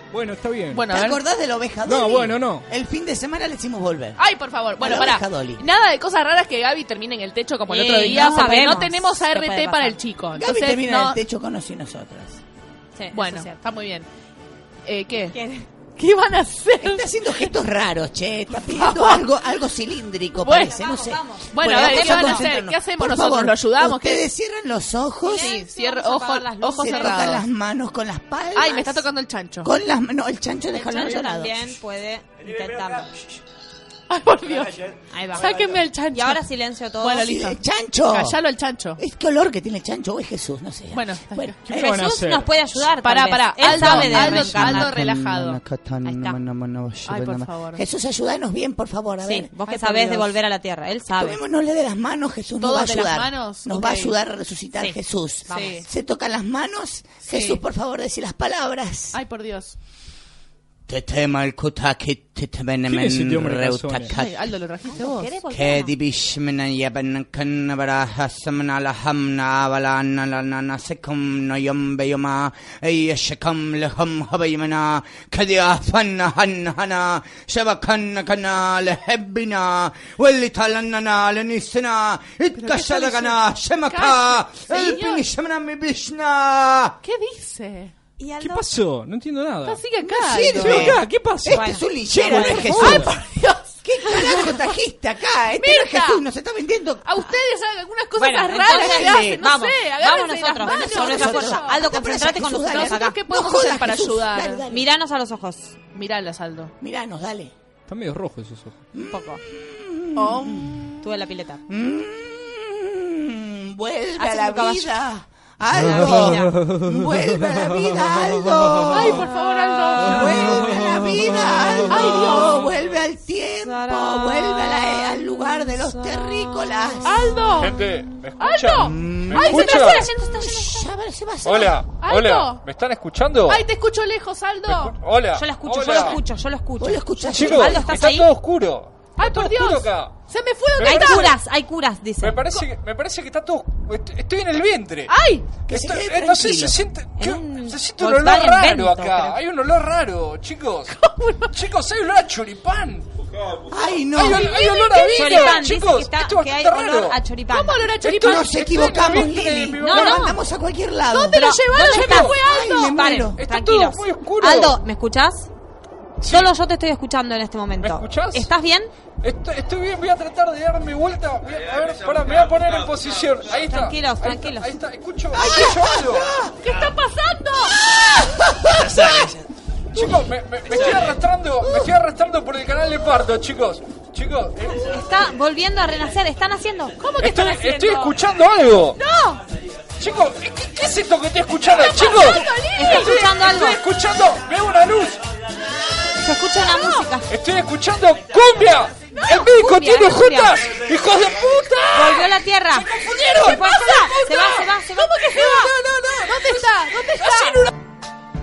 [SPEAKER 6] Bueno, está bien.
[SPEAKER 1] Bueno, a
[SPEAKER 4] ¿Te
[SPEAKER 1] ver.
[SPEAKER 4] acordás de la oveja
[SPEAKER 6] No,
[SPEAKER 4] Dolly?
[SPEAKER 6] bueno, no.
[SPEAKER 4] El fin de semana le hicimos volver.
[SPEAKER 1] Ay, por favor. Bueno,
[SPEAKER 4] la
[SPEAKER 1] pará.
[SPEAKER 4] oveja Dolly.
[SPEAKER 1] Nada de cosas raras que Gaby termine en el techo como el
[SPEAKER 3] Eh,
[SPEAKER 1] otro día,
[SPEAKER 3] no
[SPEAKER 1] porque no
[SPEAKER 3] sabemos
[SPEAKER 1] tenemos
[SPEAKER 3] qué puede
[SPEAKER 1] ART
[SPEAKER 3] pasar.
[SPEAKER 1] para el chico.
[SPEAKER 4] Gaby
[SPEAKER 1] Entonces,
[SPEAKER 4] termina en
[SPEAKER 1] no.
[SPEAKER 4] el techo con nos y nosotras.
[SPEAKER 3] Sí,
[SPEAKER 1] Bueno,
[SPEAKER 3] eso es
[SPEAKER 1] está muy bien. Eh, ¿Qué?
[SPEAKER 3] cierto.
[SPEAKER 1] ¿Qué van a hacer?
[SPEAKER 3] Este
[SPEAKER 4] Está haciendo gestos raros, che. Está pidiendo algo, algo cilíndrico,
[SPEAKER 1] Bueno,
[SPEAKER 4] parece.
[SPEAKER 3] vamos,
[SPEAKER 4] no sé.
[SPEAKER 3] vamos.
[SPEAKER 1] Bueno, a ver, ¿qué van a hacer?
[SPEAKER 4] concentrarnos.
[SPEAKER 1] ¿Qué hacemos
[SPEAKER 4] Por
[SPEAKER 1] nosotros?
[SPEAKER 4] favor,
[SPEAKER 1] ¿Lo ayudamos? ¿Qué?
[SPEAKER 4] Ustedes cierran los ojos.
[SPEAKER 1] Sí,
[SPEAKER 3] Sí,
[SPEAKER 1] cierro,
[SPEAKER 3] vamos a
[SPEAKER 1] ojo,
[SPEAKER 3] apagar las luces.
[SPEAKER 1] ojos
[SPEAKER 4] se
[SPEAKER 1] cerrados.
[SPEAKER 4] tocan las manos con las palmas.
[SPEAKER 1] Ay, me está tocando el chancho.
[SPEAKER 4] Con las manos. El chancho
[SPEAKER 3] El
[SPEAKER 4] déjalo
[SPEAKER 3] chancho
[SPEAKER 4] al lado.
[SPEAKER 3] también puede intentarlo.
[SPEAKER 1] Ay, por Dios.
[SPEAKER 3] Ahí va.
[SPEAKER 1] Sáquenme al chancho.
[SPEAKER 3] Y ahora silencio todo.
[SPEAKER 1] Bueno,
[SPEAKER 4] Sí,
[SPEAKER 1] listo.
[SPEAKER 4] el chancho.
[SPEAKER 1] Callalo al chancho.
[SPEAKER 4] Es que olor que tiene el chancho. O es Jesús, no sé.
[SPEAKER 1] Bueno, está
[SPEAKER 4] bueno.
[SPEAKER 6] ¿Qué
[SPEAKER 4] eh,
[SPEAKER 6] van a
[SPEAKER 3] Jesús
[SPEAKER 6] hacer?
[SPEAKER 3] nos puede ayudar.
[SPEAKER 1] Pará,
[SPEAKER 3] tal vez.
[SPEAKER 1] pará,
[SPEAKER 3] Él
[SPEAKER 1] Aldo-
[SPEAKER 3] sabe de
[SPEAKER 1] Aldo-
[SPEAKER 3] reencarnar.
[SPEAKER 1] Aldo- relajado. Ay, por
[SPEAKER 8] Ahí
[SPEAKER 1] favor.
[SPEAKER 4] Jesús, ayudanos bien, por favor. A
[SPEAKER 3] Sí,
[SPEAKER 4] ver.
[SPEAKER 3] vos
[SPEAKER 1] Ay,
[SPEAKER 3] que
[SPEAKER 1] por
[SPEAKER 3] sabés de
[SPEAKER 1] Dios.
[SPEAKER 3] volver a la tierra. Él sabe.
[SPEAKER 4] Tomémonosle de las manos, Jesús nos
[SPEAKER 1] ¿Todos
[SPEAKER 4] va a
[SPEAKER 1] de las
[SPEAKER 4] ayudar.
[SPEAKER 1] manos?
[SPEAKER 4] Nos
[SPEAKER 1] Ok.
[SPEAKER 4] va a ayudar a resucitar
[SPEAKER 3] Sí.
[SPEAKER 4] Jesús.
[SPEAKER 1] Vamos.
[SPEAKER 4] Se tocan las manos.
[SPEAKER 1] Sí.
[SPEAKER 4] Jesús, por favor, decí las palabras.
[SPEAKER 1] Ay, por Dios.
[SPEAKER 8] Te tema el kutaki, te temen
[SPEAKER 6] ¿Quién es este el tío
[SPEAKER 1] Ay, Aldo, ¿lo trajiste vos?
[SPEAKER 3] ¿Querés volver o
[SPEAKER 8] Que
[SPEAKER 3] no?
[SPEAKER 8] dibishmena yaben kanabara hasamna lahamna avalana lana nasikum no yombe yoma yeshakam lehum habayimena kadiafanna hanhana shabakanna kana lehebbina welitalanana lenisina itkashadagana shemaka
[SPEAKER 1] Señor.
[SPEAKER 8] elpinishmena mibishna
[SPEAKER 1] ¿Qué dice?
[SPEAKER 3] Y
[SPEAKER 6] ¿Qué
[SPEAKER 3] Aldo-
[SPEAKER 6] pasó? No entiendo nada.
[SPEAKER 1] Está sigue acá.
[SPEAKER 4] sirve.
[SPEAKER 1] Aldo.
[SPEAKER 6] Estoy acá, ¿Qué pasa?
[SPEAKER 4] Este es un linchero, no es Jesús.
[SPEAKER 1] Ay, por Dios.
[SPEAKER 4] ¿Qué carajo trajiste acá? Este no es
[SPEAKER 1] Mirta.
[SPEAKER 4] Jesús, nos está vendiendo.
[SPEAKER 1] A ustedes hagan algunas cosas
[SPEAKER 3] Bueno,
[SPEAKER 1] raras
[SPEAKER 3] entonces,
[SPEAKER 1] que hacen. No
[SPEAKER 3] vamos,
[SPEAKER 1] sé,
[SPEAKER 3] vamos
[SPEAKER 1] agárrense
[SPEAKER 3] nosotros,
[SPEAKER 1] de las
[SPEAKER 3] con
[SPEAKER 1] manos.
[SPEAKER 3] nuestra fuerza. Aldo,
[SPEAKER 4] Date para allá,
[SPEAKER 3] concentrate con
[SPEAKER 4] Jesús,
[SPEAKER 3] nosotros
[SPEAKER 4] dale.
[SPEAKER 3] acá.
[SPEAKER 1] ¿Qué podemos
[SPEAKER 4] No
[SPEAKER 1] hacer
[SPEAKER 4] jodas,
[SPEAKER 1] para
[SPEAKER 4] Jesús.
[SPEAKER 1] ayudar?
[SPEAKER 4] Dale, dale.
[SPEAKER 3] Miranos a los ojos.
[SPEAKER 1] Míralas, Aldo.
[SPEAKER 4] Miranos, dale.
[SPEAKER 6] Están medio rojos esos ojos.
[SPEAKER 3] Un poco.
[SPEAKER 1] Oh.
[SPEAKER 3] Tuve la pileta.
[SPEAKER 4] Mm, vuelve
[SPEAKER 3] Hace
[SPEAKER 4] a la
[SPEAKER 3] un caballo.
[SPEAKER 4] vida.
[SPEAKER 3] Vuelve a la
[SPEAKER 4] Aldo. Vuelve a la vida, Aldo.
[SPEAKER 1] Ay, por favor, Aldo.
[SPEAKER 4] Vuelve a la vida, Aldo.
[SPEAKER 1] Ay, Dios.
[SPEAKER 4] Vuelve al tiempo.
[SPEAKER 3] Sará.
[SPEAKER 4] Vuelve a la- al lugar de los terrícolas.
[SPEAKER 1] Aldo.
[SPEAKER 12] Gente, ¿me
[SPEAKER 1] Aldo.
[SPEAKER 12] escuchan?
[SPEAKER 1] Ay, se
[SPEAKER 12] escuchan?
[SPEAKER 1] está yendo, está yendo.
[SPEAKER 4] Ya va, se va, se va.
[SPEAKER 12] Hola, hola, ¿me están escuchando?
[SPEAKER 1] Ay, te escucho lejos,
[SPEAKER 12] ¿Me
[SPEAKER 1] Aldo.
[SPEAKER 12] escu- Hola.
[SPEAKER 3] Yo la escucho,
[SPEAKER 12] hola.
[SPEAKER 3] yo lo escucho, yo lo escucho.
[SPEAKER 4] Vos lo escuchás.
[SPEAKER 12] Chicos,
[SPEAKER 3] Aldo, ¿estás
[SPEAKER 12] está
[SPEAKER 3] ahí?
[SPEAKER 12] todo oscuro.
[SPEAKER 1] Ay, por
[SPEAKER 12] Está todo
[SPEAKER 1] Dios.
[SPEAKER 12] oscuro acá.
[SPEAKER 1] Se me fue donde
[SPEAKER 12] Me
[SPEAKER 3] Hay
[SPEAKER 1] estaba.
[SPEAKER 3] curas, hay curas, dice.
[SPEAKER 12] Me parece, que, me parece que está todo. est- Estoy en el vientre.
[SPEAKER 1] Ay.
[SPEAKER 4] Que se
[SPEAKER 12] Estoy-
[SPEAKER 4] quede
[SPEAKER 12] eh, no sé,
[SPEAKER 4] tranquilo.
[SPEAKER 12] se siente. ¿qué?
[SPEAKER 3] un
[SPEAKER 12] Se siente un olor
[SPEAKER 3] Volkswagen
[SPEAKER 12] raro
[SPEAKER 3] Vento,
[SPEAKER 12] acá.
[SPEAKER 3] creo.
[SPEAKER 12] Hay un olor raro, chicos. Chicos, hay olor a choripán.
[SPEAKER 4] Ay, no.
[SPEAKER 12] Hay, ol- hay olor a vino,
[SPEAKER 3] Choripán, dice que,
[SPEAKER 12] chicos.
[SPEAKER 3] está-
[SPEAKER 12] Esto es
[SPEAKER 3] que hay
[SPEAKER 12] bastante raro.
[SPEAKER 3] olor a choripán.
[SPEAKER 1] ¿Cómo olor a
[SPEAKER 12] Esto
[SPEAKER 1] choripán?
[SPEAKER 12] es-
[SPEAKER 4] Nos equivocamos, Lili.
[SPEAKER 12] No,
[SPEAKER 4] Nos
[SPEAKER 3] no.
[SPEAKER 4] mandamos a cualquier lado.
[SPEAKER 1] ¿Dónde lo llevaron?
[SPEAKER 3] ¿dónde
[SPEAKER 1] Se me
[SPEAKER 3] estás?
[SPEAKER 1] fue
[SPEAKER 4] Ay,
[SPEAKER 1] Aldo.
[SPEAKER 4] me
[SPEAKER 3] Paren,
[SPEAKER 4] muero.
[SPEAKER 12] Está todo
[SPEAKER 3] tranquilos.
[SPEAKER 12] muy oscuro.
[SPEAKER 3] Aldo, ¿me escuchás? Solo yo te estoy escuchando en este momento.
[SPEAKER 12] ¿Me escuchás?
[SPEAKER 3] ¿Estás bien?
[SPEAKER 12] Estoy, estoy bien, voy a tratar de darme vuelta. Voy a, a ver, pará, me voy a poner en posición. Ahí está.
[SPEAKER 3] Tranquilos,
[SPEAKER 12] ahí está,
[SPEAKER 3] tranquilos. Ah,
[SPEAKER 12] Ahí está, escucho, escucho algo.
[SPEAKER 1] ¿Qué está pasando?
[SPEAKER 12] Chicos, me, me- me estoy arrastrando, me estoy arrastrando por el canal de parto, chicos. Chicos, eh,
[SPEAKER 3] Está volviendo a renacer. ¿Están haciendo? ¿Cómo
[SPEAKER 12] estoy,
[SPEAKER 3] que están haciendo?
[SPEAKER 12] estoy escuchando algo.
[SPEAKER 3] ¡No!
[SPEAKER 12] Chicos, ¿qué, qué es esto que estoy escuchando? Chicos,
[SPEAKER 3] Está escuchando algo.
[SPEAKER 12] estoy escuchando, veo una luz.
[SPEAKER 3] Se escucha una música.
[SPEAKER 12] Estoy escuchando cumbia. El médico
[SPEAKER 3] cumbia,
[SPEAKER 12] tiene
[SPEAKER 3] es cumbia.
[SPEAKER 12] juntas. ¡Hijos de puta!
[SPEAKER 3] Volvió a la tierra.
[SPEAKER 12] confundieron.
[SPEAKER 3] Se fue
[SPEAKER 12] ¡Pasa,
[SPEAKER 3] allá.
[SPEAKER 12] puta!
[SPEAKER 3] Se va, se va, se va. ¿Cómo que se va?
[SPEAKER 1] No, no, ¿dónde está? ¿Dónde está?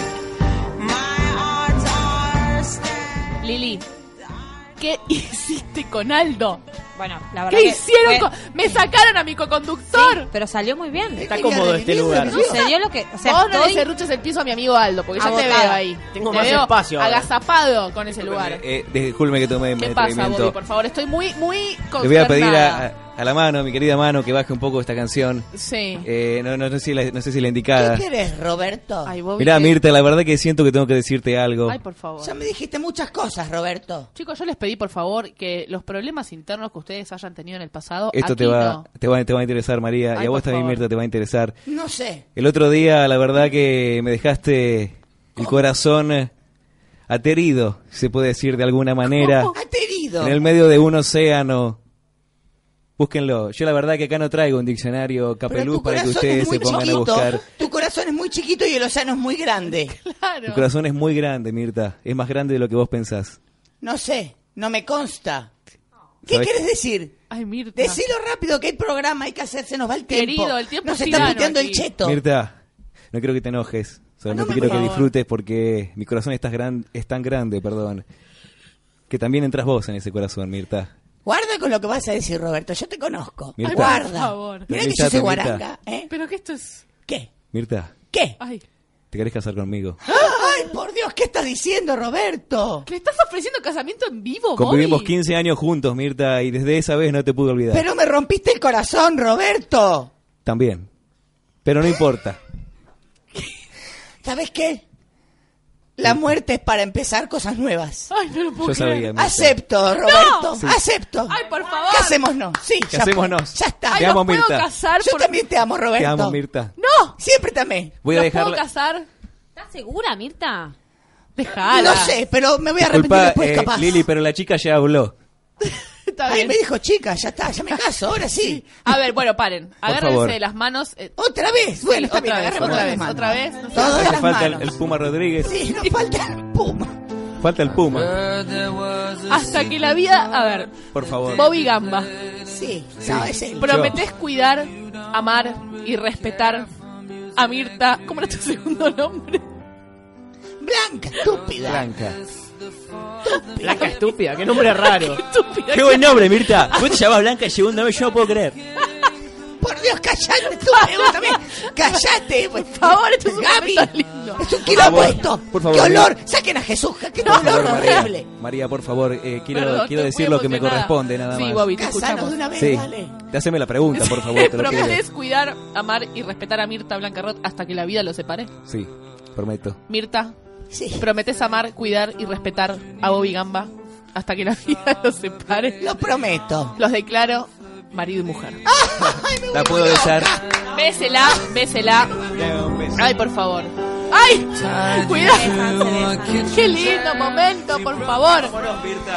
[SPEAKER 1] hiciste con Aldo?
[SPEAKER 3] Bueno, la verdad
[SPEAKER 1] ¿Qué
[SPEAKER 3] que
[SPEAKER 1] hicieron?
[SPEAKER 3] fue-
[SPEAKER 1] con- ¡Me sacaron a mi coconductor!
[SPEAKER 3] pero salió muy bien.
[SPEAKER 5] Está cómodo este lugar.
[SPEAKER 3] Sucedió lo que. O sea,
[SPEAKER 1] Vos no
[SPEAKER 3] estoy-
[SPEAKER 1] le cerruches el piso a mi amigo Aldo, porque ya te
[SPEAKER 3] Agotada.
[SPEAKER 1] veo ahí.
[SPEAKER 5] Tengo
[SPEAKER 1] Te
[SPEAKER 5] más
[SPEAKER 1] veo
[SPEAKER 5] espacio ahora.
[SPEAKER 1] Agazapado con ese lugar.
[SPEAKER 13] Eh, disculpe que tome mi
[SPEAKER 1] ¿Qué pasa, Bobby?
[SPEAKER 13] atrevimiento.
[SPEAKER 1] Por favor, estoy muy, muy
[SPEAKER 13] Le voy a pedir a,
[SPEAKER 1] consternada.
[SPEAKER 13] a- a la mano, mi querida mano, que baje un poco esta canción.
[SPEAKER 1] Sí.
[SPEAKER 13] Eh, no, no, no sé si la, no sé si la
[SPEAKER 2] Ah.
[SPEAKER 13] indicada.
[SPEAKER 4] querés, Roberto?
[SPEAKER 1] Ay, Bobby.
[SPEAKER 13] Mirá,
[SPEAKER 1] que-
[SPEAKER 13] Mirta, la verdad que siento que tengo que decirte algo.
[SPEAKER 1] Ay, por favor.
[SPEAKER 4] Ya me dijiste muchas cosas, Roberto.
[SPEAKER 1] Chicos, yo les pedí, por favor, que los problemas internos que ustedes hayan tenido en el pasado,
[SPEAKER 13] Esto
[SPEAKER 1] Oh, aquí
[SPEAKER 13] te va,
[SPEAKER 1] no.
[SPEAKER 13] te, va, te va a interesar, María.
[SPEAKER 1] Ay,
[SPEAKER 13] y a
[SPEAKER 1] por
[SPEAKER 13] vos también,
[SPEAKER 1] favor.
[SPEAKER 13] Mirta, te va a interesar.
[SPEAKER 4] No sé.
[SPEAKER 13] El otro día, la verdad que me dejaste el corazón eh, aterido, se puede decir de alguna manera.
[SPEAKER 4] Aterido.
[SPEAKER 13] En el medio de un océano. Búsquenlo. Yo la verdad que acá no traigo un diccionario capeluz para que ustedes se pongan a buscar.
[SPEAKER 4] Tu corazón es muy chiquito y el océano es muy grande.
[SPEAKER 13] Tu
[SPEAKER 1] Claro.
[SPEAKER 13] corazón es muy grande, Mirta. Es más grande de lo que vos pensás.
[SPEAKER 4] No sé, no me consta. ¿Qué
[SPEAKER 13] ¿Sabés?
[SPEAKER 4] quieres decir?
[SPEAKER 1] Ay, Mirta.
[SPEAKER 4] Decilo rápido que hay programa, hay que hacerse, nos va el tiempo.
[SPEAKER 1] Querido, el tiempo
[SPEAKER 4] Nos
[SPEAKER 1] es
[SPEAKER 4] está
[SPEAKER 1] tirano
[SPEAKER 4] puteando el
[SPEAKER 1] aquí.
[SPEAKER 4] cheto.
[SPEAKER 13] Mirta, no quiero que te enojes. Solamente
[SPEAKER 4] no, por
[SPEAKER 13] quiero que
[SPEAKER 4] favor.
[SPEAKER 13] disfrutes porque mi corazón es tan, gran- es tan grande, perdón. Que también entras vos en ese corazón, Mirta.
[SPEAKER 4] Guarda con lo que vas a decir, Roberto, yo te conozco.
[SPEAKER 13] Mirta.
[SPEAKER 1] Por
[SPEAKER 4] Guarda.
[SPEAKER 1] favor.
[SPEAKER 4] Mirá que yo
[SPEAKER 13] Mirta,
[SPEAKER 4] soy
[SPEAKER 13] Mirta.
[SPEAKER 4] guaranga, ¿eh?
[SPEAKER 1] Pero que esto es...
[SPEAKER 4] ¿Qué?
[SPEAKER 13] Mirta,
[SPEAKER 4] ¿Qué?
[SPEAKER 1] Ay,
[SPEAKER 13] ¿te querés casar conmigo?
[SPEAKER 4] Ah, Ay, por Dios, ¿qué estás diciendo, Roberto?
[SPEAKER 1] ¿le estás ofreciendo casamiento en vivo,
[SPEAKER 13] Convivimos
[SPEAKER 1] Bobby?
[SPEAKER 13] 15 años juntos, Mirta, y desde esa vez no te pude olvidar.
[SPEAKER 4] Pero me rompiste el corazón, Roberto.
[SPEAKER 13] También. Pero no importa.
[SPEAKER 4] ¿Sabes qué? La muerte es para empezar cosas nuevas.
[SPEAKER 1] Ay, no lo puedo
[SPEAKER 13] Yo
[SPEAKER 1] creer.
[SPEAKER 13] sabía. Mirta.
[SPEAKER 4] Acepto, Roberto,
[SPEAKER 13] Sí.
[SPEAKER 4] acepto.
[SPEAKER 1] Ay, por favor.
[SPEAKER 4] ¿Qué hacemos no? Sí,
[SPEAKER 13] ¿Qué
[SPEAKER 4] ya fue.
[SPEAKER 13] hacémonos?
[SPEAKER 4] Ya está.
[SPEAKER 1] Ay,
[SPEAKER 13] Te
[SPEAKER 1] ¿los
[SPEAKER 13] amo,
[SPEAKER 1] puedo
[SPEAKER 13] Mirta.
[SPEAKER 1] casar
[SPEAKER 4] Yo
[SPEAKER 1] por-
[SPEAKER 4] también te amo, Roberto.
[SPEAKER 13] Te amo, Mirta.
[SPEAKER 1] ¡No!
[SPEAKER 4] Siempre te amé.
[SPEAKER 13] Voy a
[SPEAKER 1] ¿Los
[SPEAKER 13] dejar.
[SPEAKER 1] puedo casar?
[SPEAKER 3] ¿Estás segura, Mirta?
[SPEAKER 1] Dejala.
[SPEAKER 4] No sé, pero me voy a arrepentir
[SPEAKER 13] Disculpa,
[SPEAKER 4] después,
[SPEAKER 13] eh,
[SPEAKER 4] capaz.
[SPEAKER 13] Lili, pero la chica ya habló.
[SPEAKER 1] Está
[SPEAKER 4] Ay,
[SPEAKER 1] bien.
[SPEAKER 4] me dijo, chica, ya está, ya me caso, ahora sí.
[SPEAKER 1] A ver, bueno, paren. Agárrense
[SPEAKER 13] favor.
[SPEAKER 1] de las manos. eh,
[SPEAKER 4] Otra vez. Bueno,
[SPEAKER 1] Sí,
[SPEAKER 4] está bien,
[SPEAKER 1] otra vez,
[SPEAKER 4] agarremos
[SPEAKER 1] otra
[SPEAKER 4] las
[SPEAKER 1] vez,
[SPEAKER 4] manos.
[SPEAKER 1] otra vez. No
[SPEAKER 4] Todas
[SPEAKER 13] Hace
[SPEAKER 4] las
[SPEAKER 13] falta el,
[SPEAKER 4] manos.
[SPEAKER 13] el Puma Rodríguez.
[SPEAKER 4] Sí, nos falta el puma.
[SPEAKER 13] Falta el Puma.
[SPEAKER 1] hasta que la vida... A ver,
[SPEAKER 13] Por favor.
[SPEAKER 1] Bobby Gamba.
[SPEAKER 4] Sí, no, es él.
[SPEAKER 1] Prometés cuidar, amar y respetar a Mirta. ¿Cómo era tu segundo nombre?
[SPEAKER 4] Blanca, estúpida.
[SPEAKER 13] Blanca.
[SPEAKER 5] Blanca estúpida, qué nombre raro.
[SPEAKER 1] Estúpida.
[SPEAKER 13] Qué buen nombre, Mirta. Vos te llamás Blanca y segundo nombre, yo no puedo creer.
[SPEAKER 4] Por Dios, callate, estúpida. Vos también. Callate, por
[SPEAKER 1] favor, esto es un
[SPEAKER 4] Gaby.
[SPEAKER 1] momento lindo.
[SPEAKER 4] Es un quilombo
[SPEAKER 13] favor,
[SPEAKER 4] esto.
[SPEAKER 13] Ah, por favor,
[SPEAKER 4] Qué
[SPEAKER 13] María.
[SPEAKER 4] olor. Saquen a Jesús, qué olor horrible.
[SPEAKER 13] María. María, por favor, eh, quiero,
[SPEAKER 1] Perdón,
[SPEAKER 13] quiero
[SPEAKER 1] estoy
[SPEAKER 13] decir
[SPEAKER 1] muy
[SPEAKER 13] lo que me
[SPEAKER 1] emocionada.
[SPEAKER 13] corresponde, nada
[SPEAKER 1] Sí,
[SPEAKER 13] más.
[SPEAKER 1] Bobby, te
[SPEAKER 4] Casanos
[SPEAKER 1] escuchamos.
[SPEAKER 4] de una vez,
[SPEAKER 13] Sí.
[SPEAKER 4] dale.
[SPEAKER 13] Te haceme la pregunta, por favor. Te lo pido.
[SPEAKER 1] Prometés cuidar, amar y respetar a Mirta Blancarrot hasta que la vida los separe.
[SPEAKER 13] Sí, prometo.
[SPEAKER 1] Mirta,
[SPEAKER 4] Sí.
[SPEAKER 1] prometes amar, cuidar y respetar a Bobby Gamba hasta que la vida los separe.
[SPEAKER 4] Lo prometo.
[SPEAKER 1] Los declaro marido y mujer.
[SPEAKER 13] La puedo besar.
[SPEAKER 1] Bésela, bésela. Ay, por favor. ¡Ay! ¡Cuidado! ¡Qué lindo momento, por favor!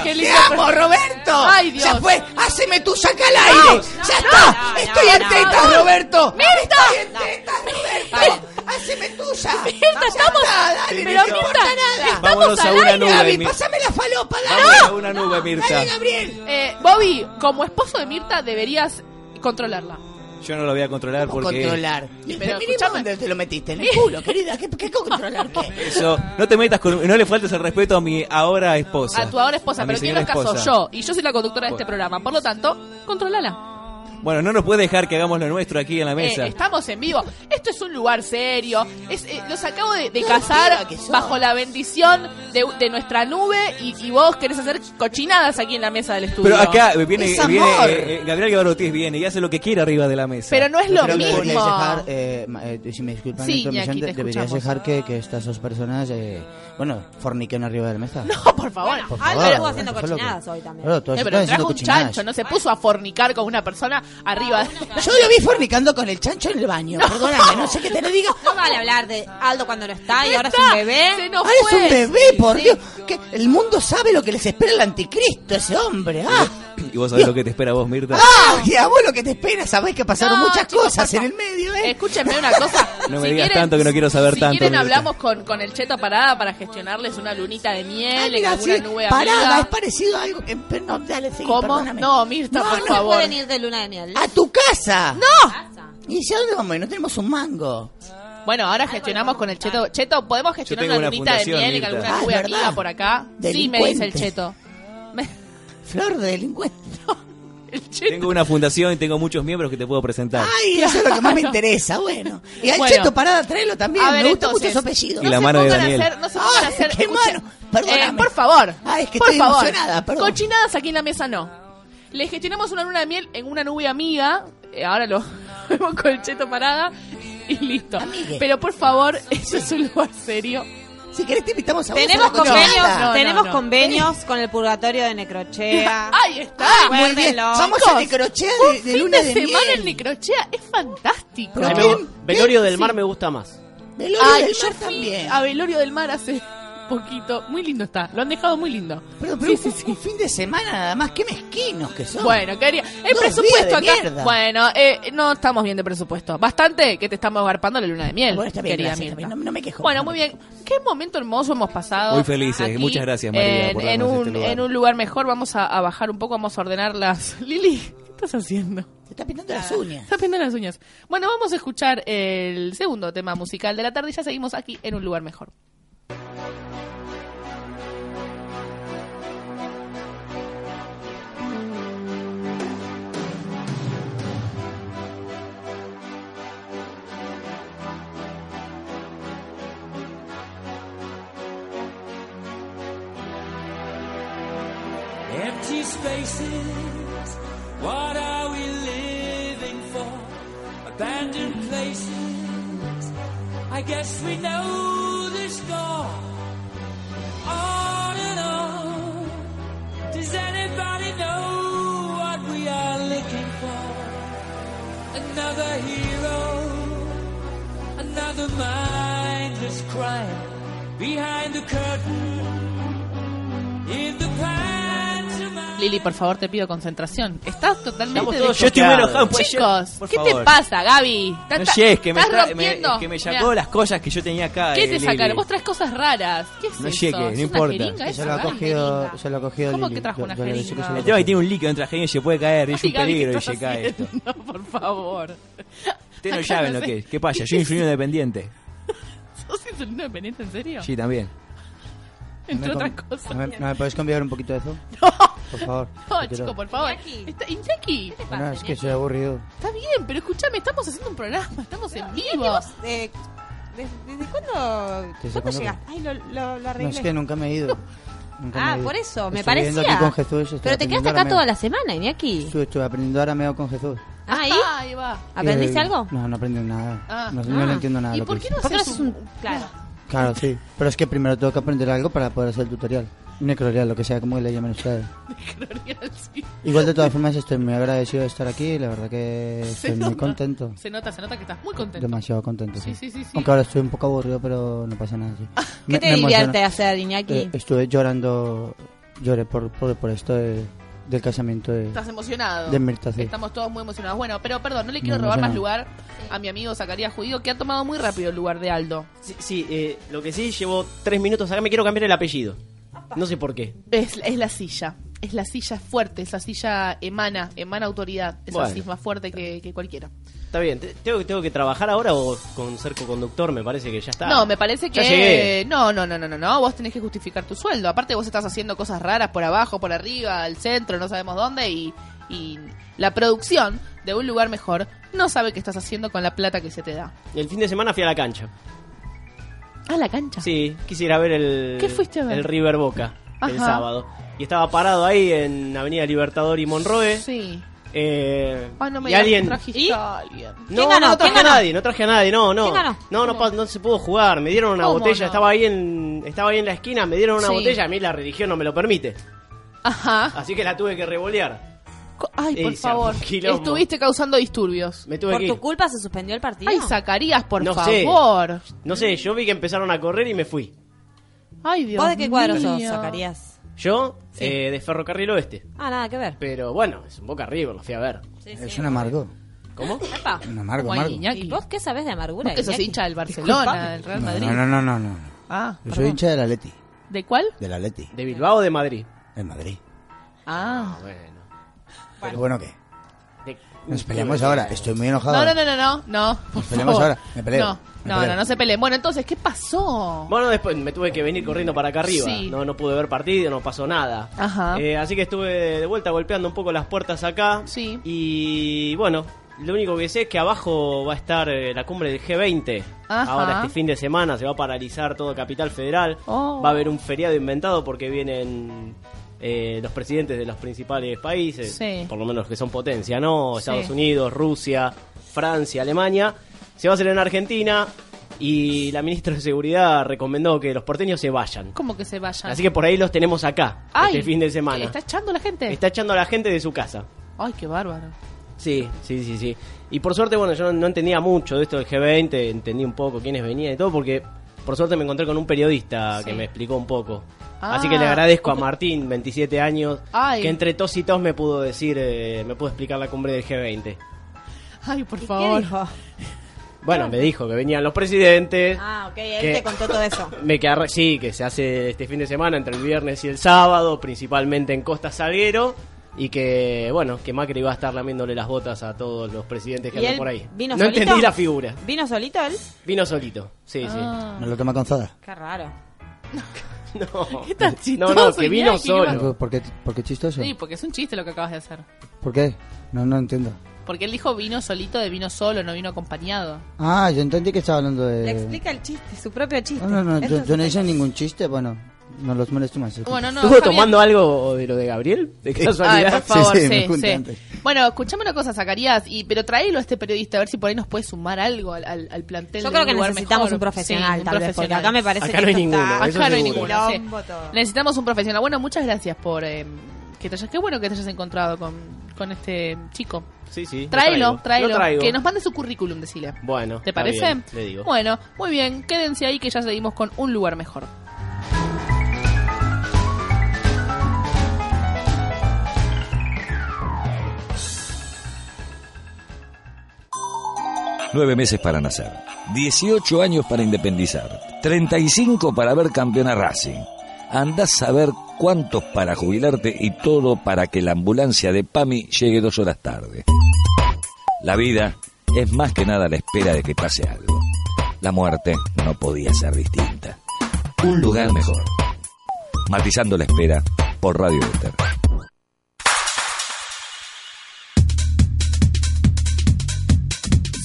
[SPEAKER 1] ¡Qué
[SPEAKER 4] ¡Te
[SPEAKER 1] lindo
[SPEAKER 4] amo, Roberto!
[SPEAKER 1] Ay, Dios.
[SPEAKER 4] ¡Ya fue! ¡Haceme tú, saca al aire!
[SPEAKER 1] No,
[SPEAKER 4] ¡Ya
[SPEAKER 1] no,
[SPEAKER 4] está!
[SPEAKER 1] no,
[SPEAKER 4] ¡Estoy
[SPEAKER 1] no,
[SPEAKER 4] en
[SPEAKER 1] no,
[SPEAKER 4] tetas,
[SPEAKER 1] no.
[SPEAKER 4] Roberto!
[SPEAKER 1] ¡Mirta!
[SPEAKER 4] ¡Estoy en
[SPEAKER 1] No.
[SPEAKER 4] tetas,
[SPEAKER 1] Vale.
[SPEAKER 4] Roberto! ¡Haceme tuya!
[SPEAKER 1] Mirta,
[SPEAKER 4] Ya
[SPEAKER 1] estamos-
[SPEAKER 4] está, dale,
[SPEAKER 1] pero
[SPEAKER 4] no te importa
[SPEAKER 1] Mirta,
[SPEAKER 4] nada!
[SPEAKER 1] estamos
[SPEAKER 13] Vámonos a
[SPEAKER 1] al
[SPEAKER 13] una
[SPEAKER 1] aire,
[SPEAKER 13] nube,
[SPEAKER 4] Gaby,
[SPEAKER 13] mi-
[SPEAKER 4] pásame la falopa,
[SPEAKER 13] Vamos
[SPEAKER 4] dale!
[SPEAKER 13] a una nube, Mirta.
[SPEAKER 4] ¡Dale, Gabriel!
[SPEAKER 1] Eh, Bobby, como esposo de Mirta, deberías controlarla.
[SPEAKER 13] Yo no lo voy a controlar
[SPEAKER 4] ¿Cómo
[SPEAKER 13] porque
[SPEAKER 4] controlar? Pero mira
[SPEAKER 1] escuchame.
[SPEAKER 4] dónde te lo metiste, en el culo, querida. ¿Qué, qué controlar qué?
[SPEAKER 13] eso no te metas con no le faltes el respeto a mi ahora esposa.
[SPEAKER 1] A tu ahora esposa,
[SPEAKER 13] A mi
[SPEAKER 1] pero ¿quién
[SPEAKER 13] señora
[SPEAKER 1] los casó?
[SPEAKER 13] esposa.
[SPEAKER 1] Yo. Y yo soy la conductora de este
[SPEAKER 13] Bueno.
[SPEAKER 1] programa. Por lo tanto, controlala.
[SPEAKER 13] Bueno, no nos puede dejar que hagamos lo nuestro aquí en la mesa.
[SPEAKER 1] Eh, estamos en vivo. Esto es un lugar serio. Es, eh, los acabo de, de
[SPEAKER 4] No,
[SPEAKER 1] casar
[SPEAKER 4] mira que sos.
[SPEAKER 1] bajo la bendición de, de nuestra nube y, y vos querés hacer cochinadas aquí en la mesa del estudio.
[SPEAKER 13] Pero acá viene,
[SPEAKER 4] Es
[SPEAKER 13] viene
[SPEAKER 4] amor.
[SPEAKER 13] eh, eh, Gabriel Gabarotis viene y hace lo que quiere arriba de la mesa.
[SPEAKER 1] Pero no es lo
[SPEAKER 8] Creo que
[SPEAKER 1] mismo.
[SPEAKER 8] deberíais dejar, eh, ma- eh, si me disculpan,
[SPEAKER 1] Sí,
[SPEAKER 8] la intermisión,
[SPEAKER 1] Iñaki, te
[SPEAKER 8] de- deberíais
[SPEAKER 1] escuchamos.
[SPEAKER 8] dejar que, que estas dos personas, eh, bueno, forniquen arriba de la mesa.
[SPEAKER 1] No, por favor.
[SPEAKER 8] Por
[SPEAKER 3] Aldo
[SPEAKER 8] favor,
[SPEAKER 3] estuvo haciendo
[SPEAKER 8] eso es lo que-
[SPEAKER 3] cochinadas hoy también.
[SPEAKER 8] Claro, tú
[SPEAKER 1] Eh,
[SPEAKER 8] has
[SPEAKER 1] pero
[SPEAKER 8] estado
[SPEAKER 1] trajo
[SPEAKER 8] haciendo
[SPEAKER 1] un
[SPEAKER 8] cochinadas.
[SPEAKER 1] chancho, no se puso a fornicar con una persona arriba.
[SPEAKER 4] Yo lo vi fornicando con el chancho en el baño. Perdóname, no sé qué te lo diga.
[SPEAKER 3] No vale hablar de Aldo cuando no está y ahora es un
[SPEAKER 1] Se
[SPEAKER 3] bebé.
[SPEAKER 1] nos
[SPEAKER 4] Ahora Ah, es
[SPEAKER 1] fue.
[SPEAKER 4] un bebé, por
[SPEAKER 1] Sí.
[SPEAKER 4] Dios. Que el mundo sabe lo que les espera el anticristo, ese hombre. Ah,
[SPEAKER 13] Y vos sabés lo que te espera a vos, Mirta.
[SPEAKER 4] ah y a vos lo que te espera, sabés que pasaron
[SPEAKER 1] No,
[SPEAKER 4] muchas
[SPEAKER 1] chicos,
[SPEAKER 4] cosas
[SPEAKER 1] por
[SPEAKER 4] en
[SPEAKER 1] favor.
[SPEAKER 4] el medio, ¿eh?
[SPEAKER 1] Escúchenme una cosa.
[SPEAKER 13] No me digas tanto que no quiero saber
[SPEAKER 1] si
[SPEAKER 13] tanto,
[SPEAKER 1] quieren,
[SPEAKER 13] Violeta.
[SPEAKER 1] hablamos con, con el cheto parada para gestionarles una lunita de miel
[SPEAKER 4] Ah,
[SPEAKER 1] en
[SPEAKER 4] mira,
[SPEAKER 1] alguna
[SPEAKER 4] sí,
[SPEAKER 1] nube
[SPEAKER 4] parada, es
[SPEAKER 1] amiga.
[SPEAKER 4] parecido a algo que... pero No, dale, sí,
[SPEAKER 1] ¿Cómo?
[SPEAKER 4] perdóname.
[SPEAKER 1] No, Mirta,
[SPEAKER 4] No,
[SPEAKER 1] por
[SPEAKER 4] no,
[SPEAKER 3] No
[SPEAKER 1] favor.
[SPEAKER 3] pueden ir de luna de miel.
[SPEAKER 4] ¡A tu casa!
[SPEAKER 3] ¡No!
[SPEAKER 4] ¿Y si a dónde vamos? Ah, No tenemos un mango.
[SPEAKER 1] Bueno, ahora gestionamos con el cheto. Cheto, ¿podemos gestionar
[SPEAKER 13] tengo
[SPEAKER 1] una
[SPEAKER 13] una
[SPEAKER 1] lunita de
[SPEAKER 13] fundación,
[SPEAKER 1] miel en
[SPEAKER 13] Mirta.
[SPEAKER 1] alguna
[SPEAKER 4] Ah,
[SPEAKER 1] nube
[SPEAKER 4] es verdad.
[SPEAKER 1] amiga por acá? Sí, me dice el
[SPEAKER 4] Delincuentes.
[SPEAKER 1] cheto. Me-
[SPEAKER 4] Flor de delincuente.
[SPEAKER 2] Tengo una fundación y tengo muchos miembros que te puedo presentar.
[SPEAKER 4] Ay, eso es lo que más me interesa, bueno. Y al
[SPEAKER 1] Bueno.
[SPEAKER 4] Cheto Parada tráelo también.
[SPEAKER 1] A ver,
[SPEAKER 4] me gusta
[SPEAKER 1] entonces,
[SPEAKER 4] mucho su apellido.
[SPEAKER 2] Y la mano de Daniel.
[SPEAKER 1] no se pongan a hacer.
[SPEAKER 4] qué
[SPEAKER 1] escuchen,
[SPEAKER 4] mano. Perdóname.
[SPEAKER 1] eh, por favor.
[SPEAKER 4] Ay, es que
[SPEAKER 1] por
[SPEAKER 4] estoy
[SPEAKER 1] favor.
[SPEAKER 4] emocionada, perdón.
[SPEAKER 1] Cochinadas aquí en la mesa no. Le gestionamos una luna de miel en una nube amiga. eh, ahora lo vemos con el cheto parada. Y listo. Pero por favor, eso es un lugar serio.
[SPEAKER 4] Si querés, te invitamos a vos
[SPEAKER 3] Tenemos
[SPEAKER 4] a la cochonada.
[SPEAKER 3] convenios,
[SPEAKER 4] No, no,
[SPEAKER 3] tenemos
[SPEAKER 4] no.
[SPEAKER 3] convenios con el purgatorio de Necrochea.
[SPEAKER 1] Ahí está.
[SPEAKER 4] Ah, muy bien. Vamos a Necrochea de-
[SPEAKER 1] un
[SPEAKER 4] de
[SPEAKER 1] fin
[SPEAKER 4] luna de
[SPEAKER 1] semana
[SPEAKER 4] miel.
[SPEAKER 1] en Necrochea es fantástico.
[SPEAKER 5] A mí me gu- Velorio del Mar me gusta más.
[SPEAKER 4] Velorio
[SPEAKER 1] Ay,
[SPEAKER 4] del
[SPEAKER 1] yo
[SPEAKER 4] Mar
[SPEAKER 1] fui
[SPEAKER 4] también.
[SPEAKER 1] A Velorio del Mar hace poquito. Muy lindo está. Lo han dejado muy lindo.
[SPEAKER 4] Pero, pero un, un fin de semana nada más, qué mezquinos que son.
[SPEAKER 1] Bueno, quería. El
[SPEAKER 4] Dos
[SPEAKER 1] presupuesto
[SPEAKER 4] días de
[SPEAKER 1] acá.
[SPEAKER 4] mierda.
[SPEAKER 1] Bueno, eh, no estamos bien de presupuesto. Bastante que te estamos garpando la luna de miel.
[SPEAKER 4] Ah, Bueno, está bien,
[SPEAKER 1] querida
[SPEAKER 4] gracias, está
[SPEAKER 1] Mirta.
[SPEAKER 4] bien, no- no me quejo.
[SPEAKER 1] Bueno, muy bien. Qué momento hermoso hemos pasado.
[SPEAKER 2] Muy felices.
[SPEAKER 1] aquí,
[SPEAKER 2] Muchas gracias, María,
[SPEAKER 1] En,
[SPEAKER 2] por
[SPEAKER 1] en
[SPEAKER 2] darnos
[SPEAKER 1] un,
[SPEAKER 2] este lugar.
[SPEAKER 1] en un lugar mejor. Vamos a, a bajar un poco. Vamos a ordenar las. Lili, ¿qué estás haciendo?
[SPEAKER 4] Te está pintando las uñas.
[SPEAKER 1] Está pintando las uñas. Bueno, vamos a escuchar el segundo tema musical de la tarde y ya seguimos aquí en un lugar mejor.
[SPEAKER 14] Empty spaces, what are we living for? Abandoned places, I guess we know the score. On and on, does anybody know what we are looking for? Another hero, another mindless crime, behind the curtain, in the pantomime.
[SPEAKER 1] Lili, por favor, te pido concentración. Estás totalmente.
[SPEAKER 5] Estamos todos
[SPEAKER 1] desconcentrada.
[SPEAKER 5] Yo estoy muy enojado, pues,
[SPEAKER 1] Chicos,
[SPEAKER 2] por
[SPEAKER 1] ¿qué te
[SPEAKER 2] favor.
[SPEAKER 1] pasa, Gaby? Ta-
[SPEAKER 2] No
[SPEAKER 1] ta-
[SPEAKER 2] sé, es que me,
[SPEAKER 1] estás
[SPEAKER 2] tra- me-
[SPEAKER 1] rompiendo.
[SPEAKER 2] es que me sacó
[SPEAKER 1] Mirá,
[SPEAKER 2] las cosas que yo tenía acá.
[SPEAKER 1] ¿Qué
[SPEAKER 2] eh,
[SPEAKER 1] te
[SPEAKER 2] Lili.
[SPEAKER 1] sacaron? Vos traes cosas raras. ¿Qué es
[SPEAKER 2] No
[SPEAKER 1] eso?
[SPEAKER 2] llegue, no
[SPEAKER 1] ¿Es una
[SPEAKER 2] importa.
[SPEAKER 1] jeringa
[SPEAKER 2] Eso
[SPEAKER 1] esa?
[SPEAKER 2] lo ha
[SPEAKER 1] Dale.
[SPEAKER 2] cogido-
[SPEAKER 8] Yo lo he cogido
[SPEAKER 1] ¿Cómo
[SPEAKER 8] Lili.
[SPEAKER 1] que trajo
[SPEAKER 8] Yo-
[SPEAKER 1] una
[SPEAKER 8] yo le- yo- yo- yo-
[SPEAKER 1] jeringa?
[SPEAKER 2] El tema es que tiene un líquido entre las jeringas y se puede caer. Es
[SPEAKER 1] Ay,
[SPEAKER 2] un
[SPEAKER 1] Gaby, ¿qué
[SPEAKER 2] peligro y
[SPEAKER 1] estás
[SPEAKER 2] se cae esto.
[SPEAKER 1] haciendo? por favor.
[SPEAKER 2] Ustedes no
[SPEAKER 1] Acá
[SPEAKER 2] saben
[SPEAKER 1] no
[SPEAKER 2] lo
[SPEAKER 1] sé.
[SPEAKER 2] que es. ¿Qué pasa? Yo soy un independiente.
[SPEAKER 1] ¿Sos insulino dependiente, en serio?
[SPEAKER 2] Sí, también.
[SPEAKER 1] Entre
[SPEAKER 8] ¿Me
[SPEAKER 1] otras
[SPEAKER 8] con-
[SPEAKER 1] cosas.
[SPEAKER 8] ¿Me, no me podés convidar un poquito de eso? Por favor.
[SPEAKER 1] No,
[SPEAKER 8] Te quiero.
[SPEAKER 1] chico, por favor. Está- Iñaki,
[SPEAKER 8] Bueno, es que soy aburrido.
[SPEAKER 1] está bien, pero escúchame, estamos haciendo un programa, estamos en vivo.
[SPEAKER 3] Eh, ¿des- ¿Desde cuándo, cuándo
[SPEAKER 8] Desde cuándo-
[SPEAKER 3] llegaste? Ay, lo, lo, lo
[SPEAKER 8] No,
[SPEAKER 3] arreglé.
[SPEAKER 8] es que nunca me he ido. Nunca me
[SPEAKER 3] Ah,
[SPEAKER 8] he ido.
[SPEAKER 3] por eso, me
[SPEAKER 8] Estuve viviendo
[SPEAKER 3] parecía.
[SPEAKER 8] aquí con Jesús, estuve
[SPEAKER 3] Pero te
[SPEAKER 8] aprendiendo
[SPEAKER 3] quedaste acá
[SPEAKER 8] arameo.
[SPEAKER 3] toda la semana, Iñaki.
[SPEAKER 8] Estuve, estuve aprendiendo arameo con Jesús.
[SPEAKER 3] Ahí.
[SPEAKER 1] Ahí va.
[SPEAKER 3] ¿Aprendiste
[SPEAKER 8] Eh,
[SPEAKER 3] algo?
[SPEAKER 8] No, no aprendí nada.
[SPEAKER 1] Ah.
[SPEAKER 8] No, no
[SPEAKER 1] Ah.
[SPEAKER 8] le entiendo nada.
[SPEAKER 1] ¿Y
[SPEAKER 8] lo
[SPEAKER 1] por
[SPEAKER 8] que dice.
[SPEAKER 1] qué no
[SPEAKER 3] Porque no
[SPEAKER 1] haces
[SPEAKER 3] haces
[SPEAKER 1] un...
[SPEAKER 3] un- Claro.
[SPEAKER 8] Claro, sí. Pero es que primero tengo que aprender algo para poder hacer el tutorial. Un necroreal, lo que sea, como le llaman ustedes. Igual, de todas formas, estoy muy agradecido de estar aquí. La verdad que
[SPEAKER 1] Se
[SPEAKER 8] estoy muy
[SPEAKER 1] nota.
[SPEAKER 8] contento.
[SPEAKER 1] Se nota, se nota que estás muy contento.
[SPEAKER 8] Demasiado contento. Sí.
[SPEAKER 1] Sí, Ah, sí, sí, sí.
[SPEAKER 8] Aunque ahora estoy un poco aburrido, pero no pasa nada. sí.
[SPEAKER 3] ¿Qué
[SPEAKER 8] Me-
[SPEAKER 3] te
[SPEAKER 8] me emociona.
[SPEAKER 3] divierte hacer, Iñaki?
[SPEAKER 8] Eh, estuve llorando, lloré por, por, por esto de- del casamiento de...
[SPEAKER 1] Estás emocionado.
[SPEAKER 8] De Mirta, sí.
[SPEAKER 1] Estamos todos muy emocionados. Bueno, pero perdón, no le
[SPEAKER 8] Muy
[SPEAKER 1] quiero robar más
[SPEAKER 8] emocionado.
[SPEAKER 1] lugar a mi amigo Zacarías Judío, que ha tomado muy rápido el lugar de Aldo.
[SPEAKER 5] Sí, sí, eh, lo que sí, llevo tres minutos acá, me quiero cambiar el apellido. No sé por qué.
[SPEAKER 1] Es, es la silla. Es la silla fuerte, esa silla emana, emana autoridad. Es
[SPEAKER 5] Bueno.
[SPEAKER 1] así es más fuerte que, que cualquiera.
[SPEAKER 5] Está bien, te- tengo, que- tengo que trabajar ahora o con ser co-conductor, me parece que ya está.
[SPEAKER 1] No, me parece
[SPEAKER 5] Ya llegué.
[SPEAKER 1] que. No, no, no, no, no, no. Vos tenés que justificar tu sueldo. Aparte, vos estás haciendo cosas raras por abajo, por arriba, al centro, no sabemos dónde. Y, y la producción de un lugar mejor no sabe qué estás haciendo con la plata que se te da.
[SPEAKER 5] El fin de semana fui a la cancha.
[SPEAKER 3] Ah,
[SPEAKER 1] A la cancha.
[SPEAKER 5] Sí, quisiera ver el.
[SPEAKER 1] ¿Qué fuiste a ver?
[SPEAKER 5] El River Boca el
[SPEAKER 1] Ajá.
[SPEAKER 5] sábado. Y estaba parado ahí en Avenida Libertador y Monroe.
[SPEAKER 1] Sí.
[SPEAKER 5] Eh,
[SPEAKER 1] Ah, no me
[SPEAKER 5] y
[SPEAKER 1] digas que
[SPEAKER 5] alguien.
[SPEAKER 1] trajiste a alguien.
[SPEAKER 5] No, no, no traje a nadie, no traje a nadie, no, no.
[SPEAKER 1] ¿Quién ganó?
[SPEAKER 5] No, no, pa- no se pudo jugar, me dieron una
[SPEAKER 1] ¿Cómo
[SPEAKER 5] botella,
[SPEAKER 1] no?
[SPEAKER 5] estaba ahí en estaba ahí en la esquina, me dieron una
[SPEAKER 1] Sí.
[SPEAKER 5] botella, a mí la religión no me lo permite.
[SPEAKER 1] Ajá.
[SPEAKER 5] Así que la tuve que revolear.
[SPEAKER 1] Co- Ah, Ay,
[SPEAKER 5] Y
[SPEAKER 1] por
[SPEAKER 5] se armó
[SPEAKER 1] favor.
[SPEAKER 5] un quilombo.
[SPEAKER 1] Estuviste causando disturbios.
[SPEAKER 5] Me tuve
[SPEAKER 3] ¿Por
[SPEAKER 5] que
[SPEAKER 3] tu
[SPEAKER 5] ir.
[SPEAKER 3] culpa se suspendió el partido?
[SPEAKER 1] Ay, Zacarías, por
[SPEAKER 5] No sé.
[SPEAKER 1] favor.
[SPEAKER 5] No sé, yo vi que empezaron a correr y me fui.
[SPEAKER 1] Ay, Dios
[SPEAKER 3] ¿Vos de qué cuadro sos,
[SPEAKER 1] mío.
[SPEAKER 3] Zacarías?
[SPEAKER 5] Yo eh, de Ferrocarril Oeste.
[SPEAKER 3] Ah, nada que ver.
[SPEAKER 5] Pero bueno, es un Boca River, lo fui a ver.
[SPEAKER 8] Es un amargo.
[SPEAKER 5] ¿Cómo?
[SPEAKER 3] Epa.
[SPEAKER 8] Un amargo,
[SPEAKER 1] Como
[SPEAKER 8] amargo.
[SPEAKER 1] Iñaki.
[SPEAKER 3] ¿Y vos qué sabés de amargura?
[SPEAKER 1] Vos que sos
[SPEAKER 3] Iñaki?
[SPEAKER 1] hincha del Barcelona, del Real Madrid.
[SPEAKER 8] No, no, no, no. no.
[SPEAKER 1] Ah,
[SPEAKER 8] Yo soy
[SPEAKER 1] perdón.
[SPEAKER 8] hincha del Atleti.
[SPEAKER 1] ¿De cuál?
[SPEAKER 8] Del Atleti.
[SPEAKER 5] ¿De Bilbao o de Madrid?
[SPEAKER 8] En Madrid.
[SPEAKER 1] Ah,
[SPEAKER 5] Bueno.
[SPEAKER 8] Pero bueno, ¿qué? Nos peleamos ahora. Estoy muy enojado.
[SPEAKER 1] No, no, no, no, no, no. por
[SPEAKER 8] Nos peleamos
[SPEAKER 1] favor.
[SPEAKER 8] ahora. Me peleo.
[SPEAKER 1] No,
[SPEAKER 8] Me
[SPEAKER 1] no,
[SPEAKER 8] peleo.
[SPEAKER 1] no, no se peleen. Bueno, entonces, ¿qué pasó?
[SPEAKER 5] Bueno, después me tuve que venir corriendo para acá arriba.
[SPEAKER 1] Sí.
[SPEAKER 5] No, no pude ver partido, no pasó nada.
[SPEAKER 1] Ajá.
[SPEAKER 5] Eh, así que estuve de vuelta golpeando un poco las puertas acá.
[SPEAKER 1] Sí.
[SPEAKER 5] Y bueno, lo único que sé es que abajo va a estar eh, la cumbre del G20.
[SPEAKER 1] Ajá.
[SPEAKER 5] Ahora este fin de semana se va a paralizar todo Capital Federal.
[SPEAKER 1] Oh.
[SPEAKER 5] Va a haber un feriado inventado porque vienen eh, los presidentes de los principales países,
[SPEAKER 1] Sí.
[SPEAKER 5] por lo menos los que son potencia, ¿no?
[SPEAKER 1] Sí.
[SPEAKER 5] Estados Unidos, Rusia, Francia, Alemania. Se va a hacer en Argentina y la ministra de Seguridad recomendó que los porteños se vayan.
[SPEAKER 1] ¿Cómo que se vayan?
[SPEAKER 5] Así que por ahí los tenemos acá,
[SPEAKER 1] Ay,
[SPEAKER 5] este fin de semana.
[SPEAKER 1] ¿Está echando la gente?
[SPEAKER 5] Está echando a la gente de su casa.
[SPEAKER 1] Ay, qué bárbaro.
[SPEAKER 5] Sí, sí, sí, sí. Y por suerte, bueno, yo no, no entendía mucho de esto del G20, entendí un poco quiénes venían y todo, porque por suerte me encontré con un periodista
[SPEAKER 1] Sí.
[SPEAKER 5] que me explicó un poco.
[SPEAKER 1] Ah.
[SPEAKER 5] Así que le agradezco a Martín, 27 años,
[SPEAKER 1] Ay.
[SPEAKER 5] que entre tos y tos me pudo decir, eh, me pudo explicar la cumbre del G20.
[SPEAKER 1] Ay, por favor. Ah.
[SPEAKER 5] Bueno, me dijo que venían los presidentes,
[SPEAKER 3] Ah, ok, él
[SPEAKER 5] ¿Qué?
[SPEAKER 3] te contó todo eso.
[SPEAKER 5] me que arre- sí, que se hace este fin de semana entre el viernes y el sábado, principalmente en Costa Salguero, y que, bueno, que Macri va a estar lamiéndole las botas a todos los presidentes
[SPEAKER 3] ¿Y
[SPEAKER 5] que andan
[SPEAKER 3] él
[SPEAKER 5] por ahí.
[SPEAKER 3] vino
[SPEAKER 5] no
[SPEAKER 3] solito?
[SPEAKER 5] entendí la figura.
[SPEAKER 3] ¿Vino solito él?
[SPEAKER 5] Vino solito, sí,
[SPEAKER 3] Ah,
[SPEAKER 8] Me lo toma con soda.
[SPEAKER 3] Qué raro.
[SPEAKER 5] sí. No.
[SPEAKER 1] ¿Qué tan
[SPEAKER 5] No,
[SPEAKER 1] chistoso?
[SPEAKER 5] no, que vino
[SPEAKER 1] Iñaki, qué
[SPEAKER 5] solo.
[SPEAKER 1] bárbaro.
[SPEAKER 8] ¿Por qué, por qué chistoso?
[SPEAKER 1] Sí, porque es un chiste lo que acabas de hacer.
[SPEAKER 8] ¿Por qué? No, no entiendo.
[SPEAKER 1] Porque él dijo vino solito de vino solo, no vino acompañado.
[SPEAKER 8] Ah, yo entendí que estaba hablando de...
[SPEAKER 3] Le explica el chiste, su propio chiste.
[SPEAKER 8] No, no, no,
[SPEAKER 3] Esto
[SPEAKER 8] yo,
[SPEAKER 3] es-
[SPEAKER 8] yo no hice ningún chiste, bueno, no los molesto más.
[SPEAKER 1] Bueno, no,
[SPEAKER 5] ¿Estuvo
[SPEAKER 1] está bien.
[SPEAKER 5] tomando algo de lo de Gabriel? ¿De
[SPEAKER 1] Ay,
[SPEAKER 5] casualidad?
[SPEAKER 1] por favor, sí,
[SPEAKER 8] me
[SPEAKER 1] sí.
[SPEAKER 8] junté antes.
[SPEAKER 1] Bueno, escuchame una cosa, Zacarías, y, pero traílo a este periodista a ver si por ahí nos puede sumar algo al, al, al plantel.
[SPEAKER 3] Yo
[SPEAKER 1] de
[SPEAKER 3] creo
[SPEAKER 1] un
[SPEAKER 3] que
[SPEAKER 1] lugar
[SPEAKER 3] necesitamos
[SPEAKER 1] mejor.
[SPEAKER 3] un profesional,
[SPEAKER 1] Sí, un
[SPEAKER 3] tal vez, porque
[SPEAKER 1] profesional.
[SPEAKER 3] acá me parece
[SPEAKER 5] Acá
[SPEAKER 3] que
[SPEAKER 5] no hay
[SPEAKER 3] esto
[SPEAKER 5] ninguno,
[SPEAKER 3] está-
[SPEAKER 5] eso
[SPEAKER 1] Acá no hay
[SPEAKER 5] seguro.
[SPEAKER 1] ninguno. sí.
[SPEAKER 3] Quilombo todo.
[SPEAKER 1] Necesitamos un profesional. Bueno, muchas gracias por eh, que te hayas, qué bueno que te hayas encontrado con, con este chico.
[SPEAKER 5] Sí, sí. lo
[SPEAKER 1] Tráelo,
[SPEAKER 5] traigo, lo
[SPEAKER 1] tráelo,
[SPEAKER 5] traigo.
[SPEAKER 1] que nos mande su currículum, decile.
[SPEAKER 5] Bueno.
[SPEAKER 1] ¿Te
[SPEAKER 5] está
[SPEAKER 1] parece?
[SPEAKER 5] bien, le digo.
[SPEAKER 1] Bueno, muy bien, quédense ahí que ya seguimos con un lugar mejor.
[SPEAKER 7] Nueve meses para nacer, 18 años para independizar, 35 para ver campeón a Racing. Andás a ver cuántos para jubilarte y todo para que la ambulancia de PAMI llegue dos horas tarde. La vida es más que nada la espera de que pase algo. La muerte no podía ser distinta. Un lugar mejor. Matizando la espera por Radio Éter.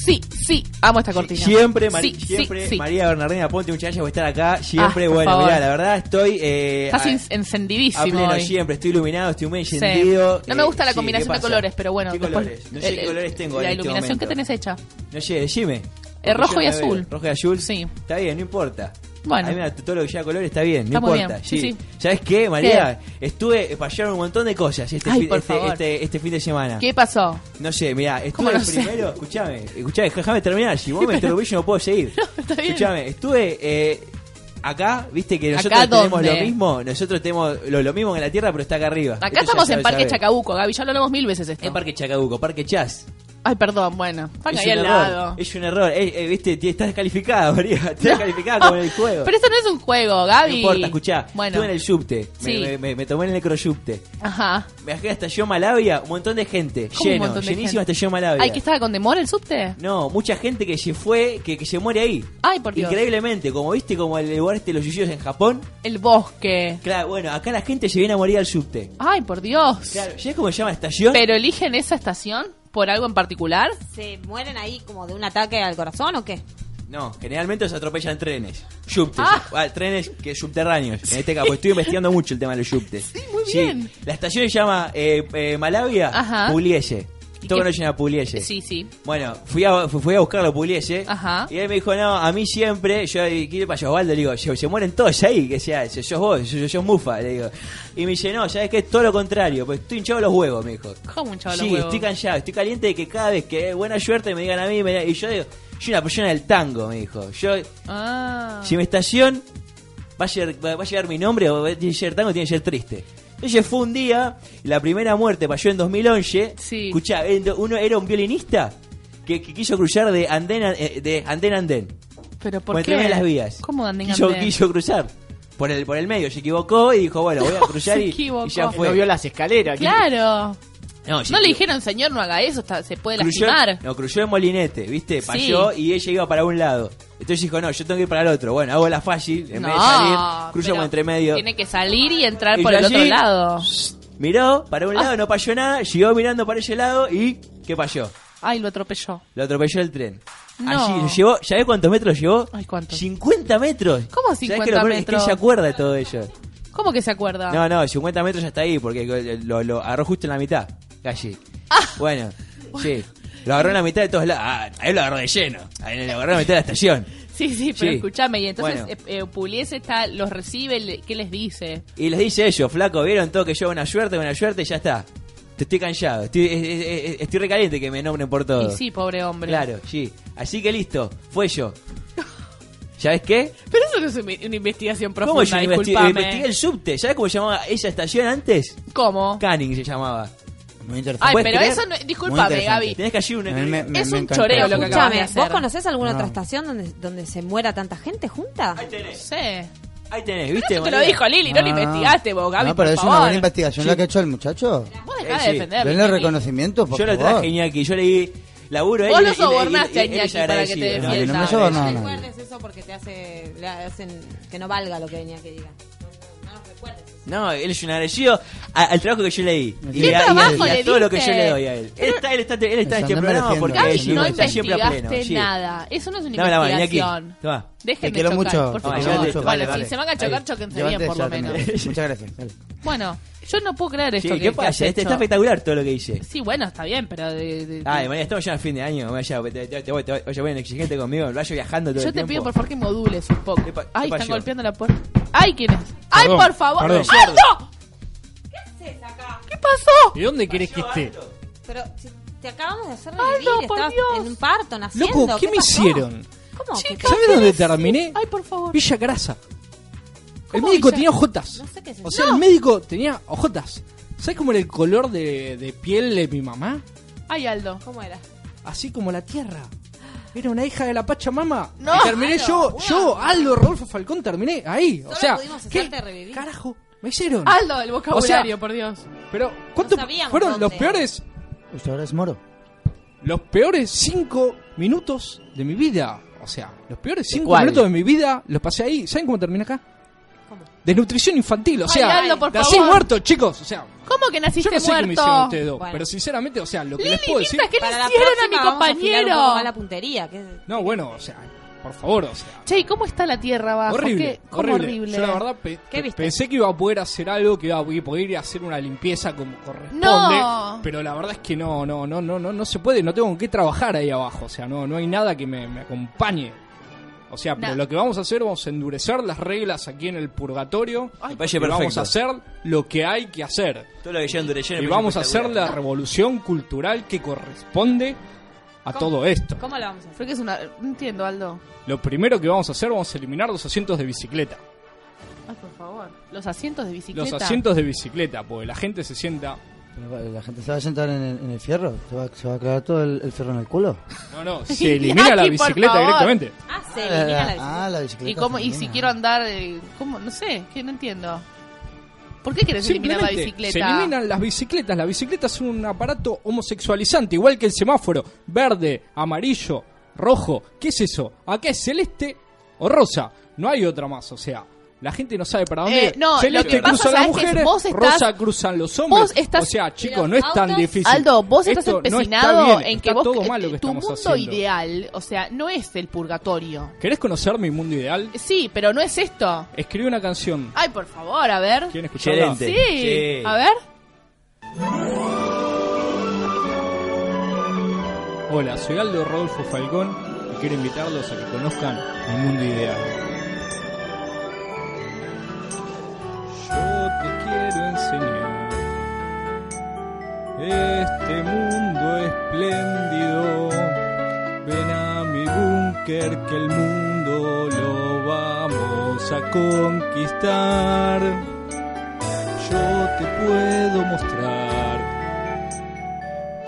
[SPEAKER 1] Sí, sí, amo esta cortina.
[SPEAKER 2] Siempre, Mari-
[SPEAKER 1] María.
[SPEAKER 2] siempre María Bernardina Ponte, muchachos, voy a estar acá. Siempre,
[SPEAKER 1] Ah, por
[SPEAKER 2] bueno,
[SPEAKER 1] favor.
[SPEAKER 2] mirá, la verdad estoy. Eh,
[SPEAKER 1] Estás
[SPEAKER 2] a-
[SPEAKER 1] en-
[SPEAKER 2] a
[SPEAKER 1] encendidísimo.
[SPEAKER 2] pleno
[SPEAKER 1] hoy.
[SPEAKER 2] siempre, estoy iluminado, estoy muy
[SPEAKER 1] Sí.
[SPEAKER 2] encendido.
[SPEAKER 1] No me
[SPEAKER 2] Eh,
[SPEAKER 1] gusta la
[SPEAKER 2] sí,
[SPEAKER 1] combinación
[SPEAKER 2] ¿qué
[SPEAKER 1] de
[SPEAKER 2] pasa?
[SPEAKER 1] colores, pero bueno.
[SPEAKER 2] ¿Qué
[SPEAKER 1] después-
[SPEAKER 2] colores? No sé qué colores tengo
[SPEAKER 1] La
[SPEAKER 2] en este
[SPEAKER 1] iluminación que
[SPEAKER 2] momento.
[SPEAKER 1] tenés hecha.
[SPEAKER 2] No sé, decime. Porque
[SPEAKER 1] Es rojo
[SPEAKER 2] yo
[SPEAKER 1] y
[SPEAKER 2] no la veo.
[SPEAKER 1] azul.
[SPEAKER 2] Rojo y azul.
[SPEAKER 1] Sí.
[SPEAKER 2] Está bien, no importa.
[SPEAKER 1] Bueno.
[SPEAKER 2] A mí me da- todo lo que lleva color está bien, no
[SPEAKER 1] Está muy
[SPEAKER 2] importa.
[SPEAKER 1] bien, sí, sí.
[SPEAKER 2] ¿Sabes qué, María? Estuve payaron un montón de cosas este,
[SPEAKER 1] Ay,
[SPEAKER 2] fin,
[SPEAKER 1] por
[SPEAKER 2] este-
[SPEAKER 1] favor.
[SPEAKER 2] este- este fin de semana.
[SPEAKER 1] ¿Qué pasó?
[SPEAKER 2] No sé, mirá,
[SPEAKER 1] ¿Cómo
[SPEAKER 2] estuve
[SPEAKER 1] no sé?
[SPEAKER 2] primero, escuchame, escuchame, déjame terminar, si vos me interrumpís yo no puedo seguir.
[SPEAKER 1] Está bien.
[SPEAKER 2] Escuchame, estuve eh, acá, viste que
[SPEAKER 1] ¿Acá
[SPEAKER 2] nosotros tenemos
[SPEAKER 1] dónde?
[SPEAKER 2] lo mismo, nosotros tenemos lo, lo mismo que en la Tierra, pero está acá arriba.
[SPEAKER 1] Acá
[SPEAKER 2] Esto ya
[SPEAKER 1] estamos
[SPEAKER 2] se
[SPEAKER 1] en
[SPEAKER 2] lo
[SPEAKER 1] Parque
[SPEAKER 2] sabe.
[SPEAKER 1] Chacabuco, Gaby, ya lo hablamos mil veces esto.
[SPEAKER 2] En Parque Chacabuco, Parque Chas.
[SPEAKER 1] Ay, perdón, bueno. Están
[SPEAKER 2] Es
[SPEAKER 1] ahí
[SPEAKER 2] un,
[SPEAKER 1] al
[SPEAKER 2] error,
[SPEAKER 1] lado.
[SPEAKER 2] es un error, eh, eh, viste, t- estás descalificada, María, estás descalificada como en el juego.
[SPEAKER 1] Pero esto no es un juego, Gaby.
[SPEAKER 2] No importa, escuchá,
[SPEAKER 1] Bueno.
[SPEAKER 2] estuve en el subte, me,
[SPEAKER 1] Sí.
[SPEAKER 2] me- me- me tomé en el necroyubte.
[SPEAKER 1] Ajá.
[SPEAKER 2] Me bajé hasta yo Malavia, un montón de gente,
[SPEAKER 1] ¿Cómo un
[SPEAKER 2] lleno,
[SPEAKER 1] montón de
[SPEAKER 2] llenísimo este
[SPEAKER 1] gente?
[SPEAKER 2] hasta yo Malavia.
[SPEAKER 1] Ay, que estaba con demora el subte.
[SPEAKER 2] No, mucha gente que se fue, que, que se muere ahí.
[SPEAKER 1] Ay, Ah, por Dios.
[SPEAKER 2] Increíblemente, como viste, como el lugar este de los yuyos en Japón.
[SPEAKER 1] El bosque.
[SPEAKER 2] Claro, bueno, acá la gente se viene a morir al subte.
[SPEAKER 1] Ay, por Dios.
[SPEAKER 2] Claro, ¿sabés cómo se llama la estación?
[SPEAKER 1] Pero eligen esa estación por algo en particular.
[SPEAKER 3] ¿Se mueren ahí como de un ataque al corazón o qué?
[SPEAKER 2] No, generalmente se atropellan trenes. Subtes.
[SPEAKER 3] Ah.
[SPEAKER 2] Ah, trenes que subterráneos. En este caso, estoy investigando mucho el tema de los subtes. Sí,
[SPEAKER 1] muy bien.
[SPEAKER 2] La estación se llama eh, eh, Malavia
[SPEAKER 1] Ajá.
[SPEAKER 2] Pugliese.
[SPEAKER 1] ¿Y
[SPEAKER 2] Todo
[SPEAKER 1] qué-
[SPEAKER 2] conocen a Pugliese.
[SPEAKER 1] Sí, sí.
[SPEAKER 2] Bueno, fui a, fu- fui a buscarlo a Pugliese.
[SPEAKER 1] Ajá.
[SPEAKER 2] Y él me dijo, no, a mí siempre, yo, ¿qué le pasa, Osvaldo? Le digo, se, se mueren todos ahí, que sea, se- sos vos, yo, yo, yo mufa, le digo. Y me dice, no, ¿sabes qué? Es todo lo contrario, pues estoy hinchado los huevos, me dijo.
[SPEAKER 1] ¿Cómo un chaval
[SPEAKER 2] sí,
[SPEAKER 1] huevo?
[SPEAKER 2] estoy cansado, estoy caliente de que cada vez que hay buena suerte me digan a mí, me- y yo digo, yo soy una persona del tango, me dijo. Yo,
[SPEAKER 1] Ah.
[SPEAKER 2] si mi estación va a, llegar, va- va a llegar mi nombre o va a llegar tango, tiene que ser triste. Entonces fue un día, la primera muerte pasó en 2011.
[SPEAKER 1] Sí.
[SPEAKER 2] Escuchá, en do- uno era un violinista que, que quiso cruzar de andén a eh, de andén. a andén
[SPEAKER 1] Pero
[SPEAKER 2] por,
[SPEAKER 1] por
[SPEAKER 2] el
[SPEAKER 1] qué.
[SPEAKER 2] tren de las vías.
[SPEAKER 1] ¿Cómo andan
[SPEAKER 2] quiso, quiso cruzar. Por el, por el medio, se equivocó y dijo, bueno, voy a cruzar
[SPEAKER 1] Se
[SPEAKER 2] y,
[SPEAKER 1] equivocó.
[SPEAKER 2] y ya
[SPEAKER 1] No
[SPEAKER 2] fue.
[SPEAKER 5] vio las escaleras.
[SPEAKER 1] Claro.
[SPEAKER 2] No, sí,
[SPEAKER 1] no le dijeron, señor, no haga eso, está- se puede lastimar.
[SPEAKER 2] no, cruzó el molinete, ¿viste? Falló y ella iba para un lado. Entonces dijo, no, yo tengo que ir para el otro. Bueno, hago la fácil, en
[SPEAKER 1] No,
[SPEAKER 2] vez de salir, cruzo
[SPEAKER 1] pero
[SPEAKER 2] como entre medio.
[SPEAKER 1] Tiene que salir y entrar
[SPEAKER 2] Y
[SPEAKER 1] por el
[SPEAKER 2] allí-
[SPEAKER 1] otro lado. Ah.
[SPEAKER 2] Miró para un lado, no pasó nada, siguió mirando para ese lado y ¿qué pasó?
[SPEAKER 1] Ay, lo atropelló.
[SPEAKER 2] Lo atropelló el tren.
[SPEAKER 1] No.
[SPEAKER 2] Allí lo llevó, ¿sabés cuántos metros llevó?
[SPEAKER 1] Ay, ¿cuánto?
[SPEAKER 2] 50 metros.
[SPEAKER 1] ¿Cómo
[SPEAKER 2] ¿Sabés qué es
[SPEAKER 1] 50
[SPEAKER 2] lo peor? Es
[SPEAKER 1] metros? Ah.
[SPEAKER 2] que se acuerda de todo ello.
[SPEAKER 1] ¿Cómo que se acuerda?
[SPEAKER 2] No, no, 50 metros ya está ahí, porque lo, lo agarró justo en la mitad, casi.
[SPEAKER 1] Ah.
[SPEAKER 2] Bueno, sí. Lo agarró en la mitad de todos lados. Ah, ahí lo agarró de lleno. Ahí lo agarró en la mitad de la estación.
[SPEAKER 1] Sí, sí, pero
[SPEAKER 2] Sí.
[SPEAKER 1] escúchame. Y entonces
[SPEAKER 2] Bueno.
[SPEAKER 1] eh, eh, Pugliese está, los recibe, le- ¿qué les dice?
[SPEAKER 2] Y les dice ellos, flaco, vieron todo que yo buena suerte, buena suerte, y ya está. Te estoy canchado, estoy, es- es- es- estoy recaliente que me nombren por todo.
[SPEAKER 1] Y sí, pobre hombre.
[SPEAKER 2] Claro, sí. Así que listo, fue yo. ¿Sabes qué?
[SPEAKER 1] Pero eso no es una una investigación
[SPEAKER 2] ¿Cómo yo
[SPEAKER 1] profunda,
[SPEAKER 2] investi-
[SPEAKER 1] disculpame.
[SPEAKER 2] investigué el subte? ¿Sabes cómo se llamaba esa estación antes?
[SPEAKER 1] ¿Cómo?
[SPEAKER 2] Canning se llamaba. Muy
[SPEAKER 1] Ay, pero eso no- discúlpame, Gaby.
[SPEAKER 2] Tenés que hacer una.
[SPEAKER 1] Ah, Es un choreo lo que acabas de
[SPEAKER 3] Escúchame,
[SPEAKER 1] hacer.
[SPEAKER 3] ¿vos conocés alguna
[SPEAKER 2] No.
[SPEAKER 3] otra estación donde, donde se muera tanta gente junta?
[SPEAKER 1] Sí.
[SPEAKER 2] Ahí tenés, ¿viste?
[SPEAKER 1] Te lo dijo Lili, no, lo investigaste vos, Gaby,
[SPEAKER 8] Ah. No, pero
[SPEAKER 1] por
[SPEAKER 8] es una
[SPEAKER 1] favor.
[SPEAKER 8] buena Eh, investigación la que ha hecho el muchacho.
[SPEAKER 1] Vos dejá de defender.
[SPEAKER 8] Denle reconocimiento, por
[SPEAKER 2] Yo lo
[SPEAKER 8] favor.
[SPEAKER 2] traje a Iñaki, yo le di laburo a él.
[SPEAKER 1] Vos
[SPEAKER 2] y-
[SPEAKER 1] lo
[SPEAKER 2] y- y- y-
[SPEAKER 1] sobornaste a
[SPEAKER 2] él es
[SPEAKER 1] Iñaki para que te
[SPEAKER 2] agradecido, ¿no?
[SPEAKER 8] No, que no me sobornaba nadie.
[SPEAKER 3] recuerdes eso porque te hace, le hacen que no valga lo que venía que diga.
[SPEAKER 2] No, él es un agradecido a- al trabajo que yo le di.
[SPEAKER 1] ¿Qué
[SPEAKER 2] a,
[SPEAKER 1] trabajo
[SPEAKER 2] y a
[SPEAKER 1] le
[SPEAKER 2] todo lo que
[SPEAKER 1] diste?
[SPEAKER 2] yo le doy a él. Él está, él está, él está en este
[SPEAKER 8] Anda
[SPEAKER 2] programa
[SPEAKER 8] mereciendo,
[SPEAKER 2] porque
[SPEAKER 8] Gaby,
[SPEAKER 2] sí,
[SPEAKER 1] No
[SPEAKER 2] está siempre a
[SPEAKER 1] investigaste
[SPEAKER 2] pleno. sí.
[SPEAKER 1] nada. Eso no es una
[SPEAKER 2] Dame la mano, Iñaki.
[SPEAKER 1] investigación.
[SPEAKER 2] Toma.
[SPEAKER 1] Déjenme
[SPEAKER 8] Te quiero
[SPEAKER 1] chocar,
[SPEAKER 8] mucho. te
[SPEAKER 1] por favor.
[SPEAKER 8] quiero mucho,
[SPEAKER 1] Bueno,
[SPEAKER 8] vale,
[SPEAKER 1] si
[SPEAKER 8] vale.
[SPEAKER 1] se van a chocar,
[SPEAKER 8] Ahí.
[SPEAKER 1] chóquense
[SPEAKER 8] Levante
[SPEAKER 1] bien, por
[SPEAKER 8] ya
[SPEAKER 1] lo
[SPEAKER 8] también.
[SPEAKER 1] menos.
[SPEAKER 8] Muchas gracias. dale.
[SPEAKER 1] Bueno, yo no puedo creer esto.
[SPEAKER 2] Sí,
[SPEAKER 1] que,
[SPEAKER 2] ¿Qué
[SPEAKER 1] que has
[SPEAKER 2] pasa? Este
[SPEAKER 1] hecho.
[SPEAKER 2] está espectacular todo lo que hice.
[SPEAKER 1] Sí, bueno, está bien, pero. de- de-
[SPEAKER 2] Ay, María, estamos ya a fin de año. Vaya, te, te, te voy, te voy- oye, voy en exigente conmigo, vaya viajando todo
[SPEAKER 1] Yo
[SPEAKER 2] el
[SPEAKER 1] te
[SPEAKER 2] tiempo.
[SPEAKER 1] pido por favor que modules un poco. Ay,
[SPEAKER 2] qué
[SPEAKER 1] están
[SPEAKER 2] pasó?
[SPEAKER 1] golpeando la puerta. Ay, ¿quién es? Ay,
[SPEAKER 2] Perdón,
[SPEAKER 1] por favor.
[SPEAKER 2] perdón.
[SPEAKER 1] ¡Alto! ¿Qué pasó?
[SPEAKER 6] ¿Y dónde querés que esté?
[SPEAKER 3] Pero si te acabamos de hacer
[SPEAKER 1] Ay,
[SPEAKER 3] revivir,
[SPEAKER 1] no, por
[SPEAKER 3] estabas
[SPEAKER 1] Dios.
[SPEAKER 3] en un parto, naciendo.
[SPEAKER 6] Loco, ¿qué, me
[SPEAKER 3] pasó?
[SPEAKER 6] hicieron?
[SPEAKER 3] ¿Cómo? ¿Qué
[SPEAKER 6] ¿Sabes dónde terminé?
[SPEAKER 1] Ay, por favor.
[SPEAKER 6] Villa Grasa. El médico tenía ojotas. o sea, el médico tenía ojotas. ¿Sabes cómo era el color de, de piel de mi mamá?
[SPEAKER 1] Ay, Aldo.
[SPEAKER 3] ¿Cómo era?
[SPEAKER 6] Así como la tierra. Era una hija de la Pachamama.
[SPEAKER 3] No.
[SPEAKER 6] Y terminé yo, yo, Aldo Rodolfo Falcón, terminé ahí. O
[SPEAKER 3] Solo
[SPEAKER 6] sea,
[SPEAKER 3] pudimos
[SPEAKER 6] ¿qué
[SPEAKER 3] hacerte revivir.
[SPEAKER 6] Carajo. me hicieron?
[SPEAKER 1] Aldo, el vocabulario,
[SPEAKER 6] O sea,
[SPEAKER 1] por Dios.
[SPEAKER 6] pero, ¿cuánto
[SPEAKER 1] No sabíamos
[SPEAKER 6] fueron los
[SPEAKER 1] dónde.
[SPEAKER 6] peores?
[SPEAKER 8] Usted ahora es moro.
[SPEAKER 6] Los peores cinco minutos de mi vida. O sea, los peores cinco
[SPEAKER 8] cuál?
[SPEAKER 6] minutos de mi vida los pasé ahí. ¿Saben cómo terminé acá? Desnutrición infantil, o
[SPEAKER 1] Ay,
[SPEAKER 6] sea,
[SPEAKER 1] Aldo, por
[SPEAKER 6] nací
[SPEAKER 1] favor.
[SPEAKER 6] muerto, chicos. O sea,
[SPEAKER 1] ¿Cómo que naciste
[SPEAKER 6] yo no sé qué me hicieron
[SPEAKER 1] muerto?
[SPEAKER 6] ustedes dos,
[SPEAKER 1] Bueno.
[SPEAKER 6] pero sinceramente, o sea, lo que
[SPEAKER 1] Lili,
[SPEAKER 6] les puedo decir.
[SPEAKER 1] mientras que le
[SPEAKER 3] Para la
[SPEAKER 1] hicieron a mi
[SPEAKER 3] próxima vamos a afilar un
[SPEAKER 1] compañero.
[SPEAKER 3] poco más la puntería. que-
[SPEAKER 6] No, bueno, o sea, por favor, o sea.
[SPEAKER 1] Che, ¿y cómo está la tierra abajo?
[SPEAKER 6] Horrible,
[SPEAKER 1] ¿Qué? ¿Cómo
[SPEAKER 6] horrible.
[SPEAKER 1] horrible?
[SPEAKER 6] Yo la verdad pe-
[SPEAKER 1] ¿Qué viste?
[SPEAKER 6] pensé que iba a poder hacer algo, que iba a poder ir a hacer una limpieza como corresponde,
[SPEAKER 1] No.
[SPEAKER 6] pero la verdad es que no, no, no, no, no, no se puede, no tengo con qué trabajar ahí abajo, o sea, no, no hay nada que me, me acompañe. O sea, pero
[SPEAKER 1] No.
[SPEAKER 6] lo que vamos a hacer, vamos a endurecer las reglas aquí en el purgatorio
[SPEAKER 2] Me parece
[SPEAKER 6] y vamos
[SPEAKER 2] perfecto.
[SPEAKER 6] a hacer lo que hay que hacer.
[SPEAKER 2] Todo lo que yo enduré, yo no
[SPEAKER 6] Y
[SPEAKER 2] me
[SPEAKER 6] vamos a
[SPEAKER 2] hice
[SPEAKER 6] hacer la
[SPEAKER 2] espectacular.
[SPEAKER 6] revolución cultural que corresponde a todo esto.
[SPEAKER 1] ¿Cómo la vamos a hacer? Porque es una... No entiendo, Aldo.
[SPEAKER 6] Lo primero que vamos a hacer, vamos a eliminar los asientos de bicicleta.
[SPEAKER 1] Ay, por favor. Los asientos de bicicleta.
[SPEAKER 6] Los asientos de bicicleta, porque la gente se sienta.
[SPEAKER 8] Pero, vale, La gente se va a sentar en el, en el fierro. Se va, se va a clavar todo el, el fierro en el culo.
[SPEAKER 6] No, no, se elimina la bicicleta directamente.
[SPEAKER 1] Ah,
[SPEAKER 8] se elimina la bicicleta. Ah, la bicicleta
[SPEAKER 1] ¿Y, cómo,
[SPEAKER 8] se
[SPEAKER 1] y si
[SPEAKER 8] elimina.
[SPEAKER 1] quiero andar... eh, ¿Cómo? No sé, que no entiendo. ¿Por qué querés eliminar la
[SPEAKER 6] Simplemente
[SPEAKER 1] bicicleta?
[SPEAKER 6] Se eliminan las bicicletas. La bicicleta es un aparato homosexualizante, igual que el semáforo. Verde, amarillo, rojo. ¿Qué es eso? Acá es celeste o rosa. No hay otra más, o sea. La gente no sabe para dónde.
[SPEAKER 1] Eh, no, lo
[SPEAKER 6] Celeste
[SPEAKER 1] que pasa,
[SPEAKER 6] cruzan las
[SPEAKER 1] ¿sabes qué es?
[SPEAKER 6] mujeres,
[SPEAKER 1] Vos estás-
[SPEAKER 6] rosa cruzan los hombres.
[SPEAKER 1] vos estás-
[SPEAKER 6] o sea, chicos,
[SPEAKER 1] Los
[SPEAKER 6] no es tan
[SPEAKER 1] autos-
[SPEAKER 6] difícil.
[SPEAKER 1] Aldo, vos estás
[SPEAKER 6] Esto no está
[SPEAKER 1] empecinado
[SPEAKER 6] bien,
[SPEAKER 1] en
[SPEAKER 6] está
[SPEAKER 1] que vos-
[SPEAKER 6] todo mal lo que
[SPEAKER 1] Tu
[SPEAKER 6] estamos
[SPEAKER 1] mundo
[SPEAKER 6] haciendo.
[SPEAKER 1] ideal, o sea, no es el purgatorio.
[SPEAKER 6] ¿Querés conocer mi mundo ideal?
[SPEAKER 1] Sí, pero no es esto.
[SPEAKER 6] Escribí una canción.
[SPEAKER 1] Ay, por favor, a ver.
[SPEAKER 6] ¿Quieren escucharla?
[SPEAKER 1] Sí,
[SPEAKER 6] Excelente. Sí.
[SPEAKER 1] a ver.
[SPEAKER 6] Hola, soy Aldo Rodolfo Falcón y quiero invitarlos a que conozcan mi mundo ideal. Yo te quiero enseñar este mundo espléndido. Ven a mi búnker que el mundo lo vamos a conquistar. Yo te puedo mostrar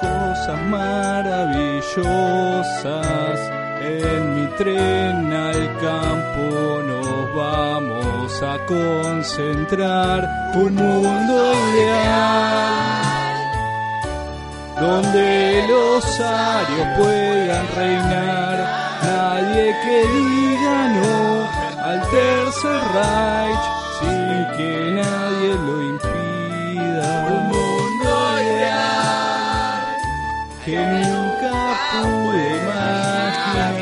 [SPEAKER 6] cosas maravillosas. En mi tren al campo nos vamos a concentrar un mundo ideal. donde los arios puedan reinar. Nadie que diga no al tercer Reich sin que nadie lo impida. Un mundo ideal que nunca pude imaginar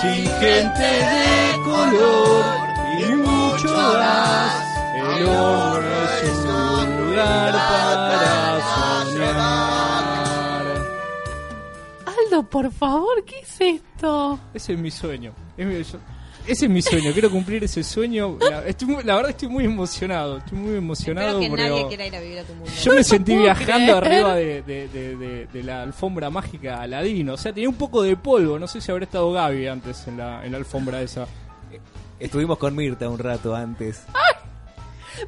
[SPEAKER 6] sin gente de color y mucho más. El hombre es un lugar para soñar.
[SPEAKER 1] Aldo, por favor, ¿qué es esto?
[SPEAKER 6] Ese es mi sueño. Es mi- yo- ese es mi sueño. Quiero cumplir ese sueño. La, estoy muy- la verdad estoy muy emocionado. Estoy muy emocionado.
[SPEAKER 3] Espero que
[SPEAKER 6] porque
[SPEAKER 3] nadie quiera ir a vivir a tu mundo.
[SPEAKER 6] Yo me sentí
[SPEAKER 3] puedo
[SPEAKER 6] viajando
[SPEAKER 3] creer.
[SPEAKER 6] arriba de, de- de- de- de la alfombra mágica Aladín. O sea, tenía un poco de polvo. No sé si habrá estado Gaby antes en la, en la alfombra esa.
[SPEAKER 13] Estuvimos con Mirta un rato antes.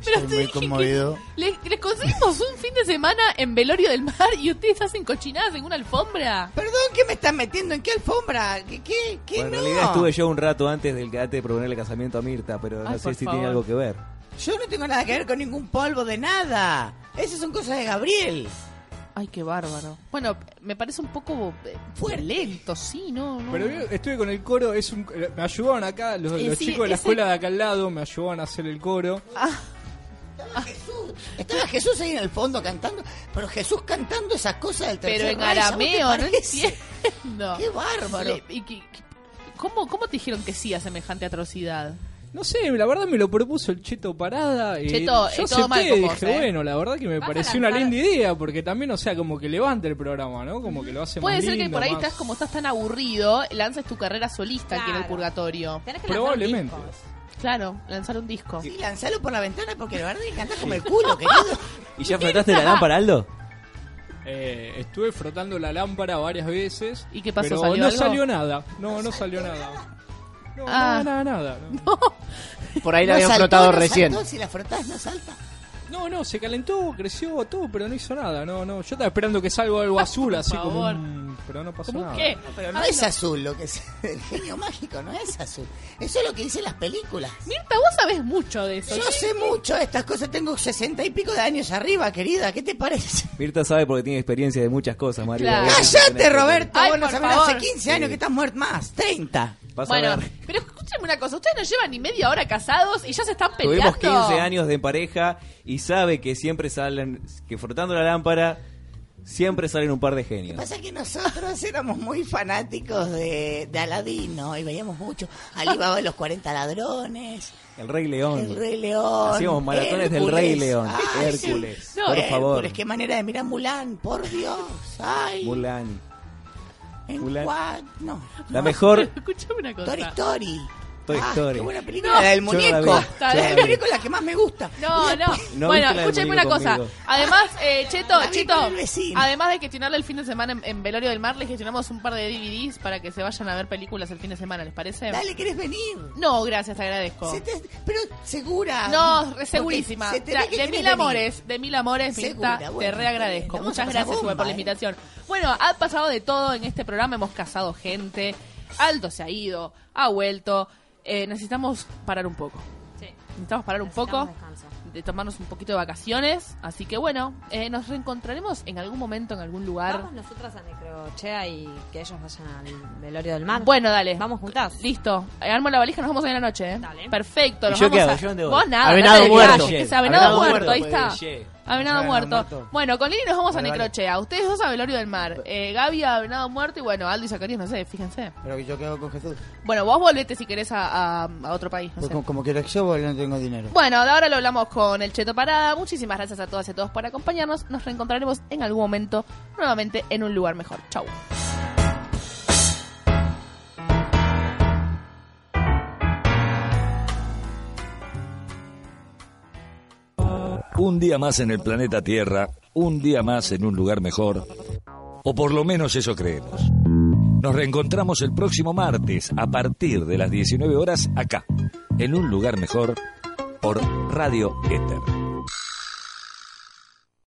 [SPEAKER 1] Pero te dije que
[SPEAKER 13] conmovido.
[SPEAKER 1] le- les conseguimos un fin de semana en Velorio del Mar y ustedes hacen cochinadas en una alfombra.
[SPEAKER 4] Perdón, ¿qué me estás metiendo? ¿En qué alfombra? ¿Qué? ¿Qué? qué
[SPEAKER 13] Bueno, en
[SPEAKER 4] no?
[SPEAKER 13] realidad estuve yo un rato antes del cadete de proponerle casamiento a Mirta, pero no
[SPEAKER 4] Ay,
[SPEAKER 13] sé
[SPEAKER 4] por
[SPEAKER 13] si
[SPEAKER 4] favor.
[SPEAKER 13] tiene algo que ver.
[SPEAKER 4] Yo no tengo nada que ver con ningún polvo de nada. Esas son cosas de Gabriel.
[SPEAKER 1] Ay, qué bárbaro. Bueno, me parece un poco eh, violento, sí, no, no.
[SPEAKER 6] Pero eh, yo estuve con el coro, es un, me ayudaron acá, los,
[SPEAKER 1] Eh,
[SPEAKER 6] los
[SPEAKER 1] sí,
[SPEAKER 6] chicos de la
[SPEAKER 1] ese-
[SPEAKER 6] escuela de acá al lado me ayudaron a hacer el coro.
[SPEAKER 1] Ah.
[SPEAKER 4] Estaba Jesús ahí en el fondo cantando, pero Jesús cantando esas cosas del tercer
[SPEAKER 1] Pero en
[SPEAKER 4] Reich, ¿a vos te
[SPEAKER 1] arameo, no
[SPEAKER 4] parece?
[SPEAKER 1] entiendo.
[SPEAKER 4] Qué bárbaro.
[SPEAKER 1] Le- y que- que- ¿Cómo, ¿Cómo te dijeron que sí a semejante atrocidad?
[SPEAKER 6] No sé, la verdad me lo propuso el Cheto Parada. Y
[SPEAKER 1] Cheto, eh,
[SPEAKER 6] yo
[SPEAKER 1] todo mal con
[SPEAKER 6] dije,
[SPEAKER 1] vos, ¿eh?
[SPEAKER 6] bueno, la verdad que me
[SPEAKER 1] Vas a
[SPEAKER 6] pareció una
[SPEAKER 1] lanzar-
[SPEAKER 6] linda idea, porque también, o sea, como que levanta el programa, ¿no? Como que lo hace
[SPEAKER 1] Puede
[SPEAKER 6] más
[SPEAKER 1] ser que
[SPEAKER 6] lindo,
[SPEAKER 1] por ahí
[SPEAKER 6] más-
[SPEAKER 1] estás como estás tan aburrido, lances tu carrera solista aquí en el purgatorio.
[SPEAKER 6] Probablemente.
[SPEAKER 1] Claro, lanzar un disco.
[SPEAKER 4] Sí, lanzalo por la ventana porque la verdad es que cantás como el culo, querido.
[SPEAKER 13] ¿Y ya flotaste la lámpara, Aldo?
[SPEAKER 6] Eh, estuve frotando la lámpara varias veces.
[SPEAKER 1] ¿Y qué pasó?
[SPEAKER 6] Pero
[SPEAKER 1] ¿Salió
[SPEAKER 6] no
[SPEAKER 1] algo?
[SPEAKER 6] salió nada. No, no salió nada. No,
[SPEAKER 1] Ah.
[SPEAKER 6] nada, nada, nada. no.
[SPEAKER 5] Por ahí la
[SPEAKER 6] No
[SPEAKER 5] habían
[SPEAKER 6] saltó,
[SPEAKER 5] flotado
[SPEAKER 6] no
[SPEAKER 5] recién.
[SPEAKER 6] saltó.
[SPEAKER 4] Si la frotás no salta.
[SPEAKER 6] No, no, se calentó, creció todo, pero no hizo nada. No, no, yo estaba esperando que salga algo azul, así como.
[SPEAKER 4] favor.
[SPEAKER 6] un- Pero no pasó
[SPEAKER 4] ¿Cómo
[SPEAKER 6] nada.
[SPEAKER 4] qué? Pero no es azul lo que es el genio mágico, no es azul. Eso es lo que dicen las películas.
[SPEAKER 1] Mirta, vos sabés mucho de
[SPEAKER 13] Pues
[SPEAKER 1] eso.
[SPEAKER 4] Yo sé mucho de estas cosas, tengo sesenta y pico de años arriba, querida, ¿qué te parece?
[SPEAKER 13] Mirta sabe porque tiene experiencia de muchas cosas, María.
[SPEAKER 1] Claro.
[SPEAKER 13] Vos no
[SPEAKER 4] ¡Cállate,
[SPEAKER 13] tenés-
[SPEAKER 4] Roberto!
[SPEAKER 1] Ay,
[SPEAKER 4] vos no
[SPEAKER 1] por
[SPEAKER 4] sabés,
[SPEAKER 1] favor.
[SPEAKER 4] hace 15 años que estás muerto más, 30.
[SPEAKER 13] Vas a
[SPEAKER 1] Bueno,
[SPEAKER 13] ver.
[SPEAKER 1] pero escúchame una cosa, ustedes no llevan ni media hora casados y ya se están peleando.
[SPEAKER 13] Tuvimos 15 años de pareja y sabe que siempre salen, que frotando la lámpara, siempre salen un par de genios.
[SPEAKER 4] Pasa que nosotros éramos muy fanáticos de, de Aladino y veíamos mucho. Alibaba de los 40 ladrones,
[SPEAKER 13] El Rey León.
[SPEAKER 4] El Rey León.
[SPEAKER 13] Hacíamos maratones del
[SPEAKER 4] Hércules.
[SPEAKER 13] Rey León.
[SPEAKER 4] Ay, sí.
[SPEAKER 13] Hércules.
[SPEAKER 4] No,
[SPEAKER 13] por
[SPEAKER 4] Hércules,
[SPEAKER 13] favor.
[SPEAKER 4] qué manera de mirar Mulan, por Dios. Ay,
[SPEAKER 13] Mulan.
[SPEAKER 4] en
[SPEAKER 13] Mulan.
[SPEAKER 4] cua- No.
[SPEAKER 13] La mejor
[SPEAKER 1] Escuchame una cosa.
[SPEAKER 4] Toy Story.
[SPEAKER 13] Toy
[SPEAKER 4] Ah,
[SPEAKER 13] Story.
[SPEAKER 4] Qué buena película. La del
[SPEAKER 13] Yo no la
[SPEAKER 4] muñeco.
[SPEAKER 13] vi.
[SPEAKER 4] la, del
[SPEAKER 13] Yo no la vi.
[SPEAKER 4] muñeco es la que más me gusta.
[SPEAKER 1] No, no.
[SPEAKER 13] No viste la
[SPEAKER 1] bueno,
[SPEAKER 13] del
[SPEAKER 1] escúchame una
[SPEAKER 13] muñeco
[SPEAKER 1] cosa.
[SPEAKER 13] conmigo.
[SPEAKER 1] Además, eh, Cheto,
[SPEAKER 4] vi
[SPEAKER 1] Chito,
[SPEAKER 4] con el vecino.
[SPEAKER 1] además de gestionarle el fin de semana en, en Velorio del Mar, le gestionamos un par de DVDs para que se vayan a ver películas el fin de semana, ¿les parece?
[SPEAKER 4] Dale, ¿querés venir?
[SPEAKER 1] No, gracias, te agradezco.
[SPEAKER 4] Se te- pero segura.
[SPEAKER 1] No, re
[SPEAKER 4] Porque
[SPEAKER 1] segurísima.
[SPEAKER 4] se te
[SPEAKER 1] Tra-
[SPEAKER 4] ve que
[SPEAKER 1] de
[SPEAKER 4] querés
[SPEAKER 1] mil
[SPEAKER 4] venir.
[SPEAKER 1] amores, de mil amores,
[SPEAKER 4] Segura,
[SPEAKER 1] Mirta,
[SPEAKER 4] bueno,
[SPEAKER 1] te
[SPEAKER 4] está bien,
[SPEAKER 1] reagradezco.
[SPEAKER 4] la vamos
[SPEAKER 1] Muchas
[SPEAKER 4] a pasar
[SPEAKER 1] gracias, Sube,
[SPEAKER 4] bomba,
[SPEAKER 1] por la
[SPEAKER 4] ¿eh?
[SPEAKER 1] invitación. Bueno, ha pasado de todo en este programa, hemos casado gente, Aldo se ha ido, ha vuelto. Eh, necesitamos parar un poco. Necesitamos parar un poco, de tomarnos un poquito de vacaciones. Así que bueno, eh, nos reencontraremos en algún momento, en algún lugar.
[SPEAKER 3] Vamos nosotras a Necrochea y que ellos vayan al velorio del mar.
[SPEAKER 1] Bueno, dale.
[SPEAKER 3] Vamos juntas.
[SPEAKER 1] Listo. Eh, Armo la valija, nos vamos hoy en la noche. ¿eh? Perfecto.
[SPEAKER 13] ¿Y
[SPEAKER 1] nos
[SPEAKER 13] yo
[SPEAKER 1] vamos
[SPEAKER 13] qué hago?
[SPEAKER 1] a-
[SPEAKER 13] ¿Yo dónde voy?
[SPEAKER 1] Vos nada.
[SPEAKER 13] A Venado
[SPEAKER 1] no te
[SPEAKER 13] Muerto.
[SPEAKER 1] calles, que sea,
[SPEAKER 13] A
[SPEAKER 1] Venado,
[SPEAKER 13] Venado
[SPEAKER 1] muerto,
[SPEAKER 13] Muerto,
[SPEAKER 1] ahí
[SPEAKER 13] puede
[SPEAKER 1] está.
[SPEAKER 13] ser.
[SPEAKER 1] A Venado
[SPEAKER 13] Venado
[SPEAKER 1] muerto.
[SPEAKER 13] Muerto.
[SPEAKER 1] Bueno, con Lili nos vamos
[SPEAKER 8] Vale,
[SPEAKER 1] a
[SPEAKER 8] vale.
[SPEAKER 1] Necrochea. Ustedes dos a Velorio del Mar. Eh, Gaby a Venado Muerto y bueno, Aldo y Zacarías, no sé, fíjense.
[SPEAKER 8] Pero yo quedo con Jesús.
[SPEAKER 1] Bueno, vos volvete si querés a, a- a otro país. No
[SPEAKER 8] Pues
[SPEAKER 1] sé.
[SPEAKER 8] como, como quiero que yo vuelva, no tengo dinero.
[SPEAKER 1] Bueno, de ahora lo hablamos con el Cheto Parada. Muchísimas gracias a todas y a todos por acompañarnos. Nos reencontraremos en algún momento nuevamente en un lugar mejor. Chau.
[SPEAKER 7] Un día más en el planeta Tierra, un día más en un lugar mejor, o por lo menos eso creemos. Nos reencontramos el próximo martes a partir de las 19 horas acá, en un lugar mejor, por Radio Éter.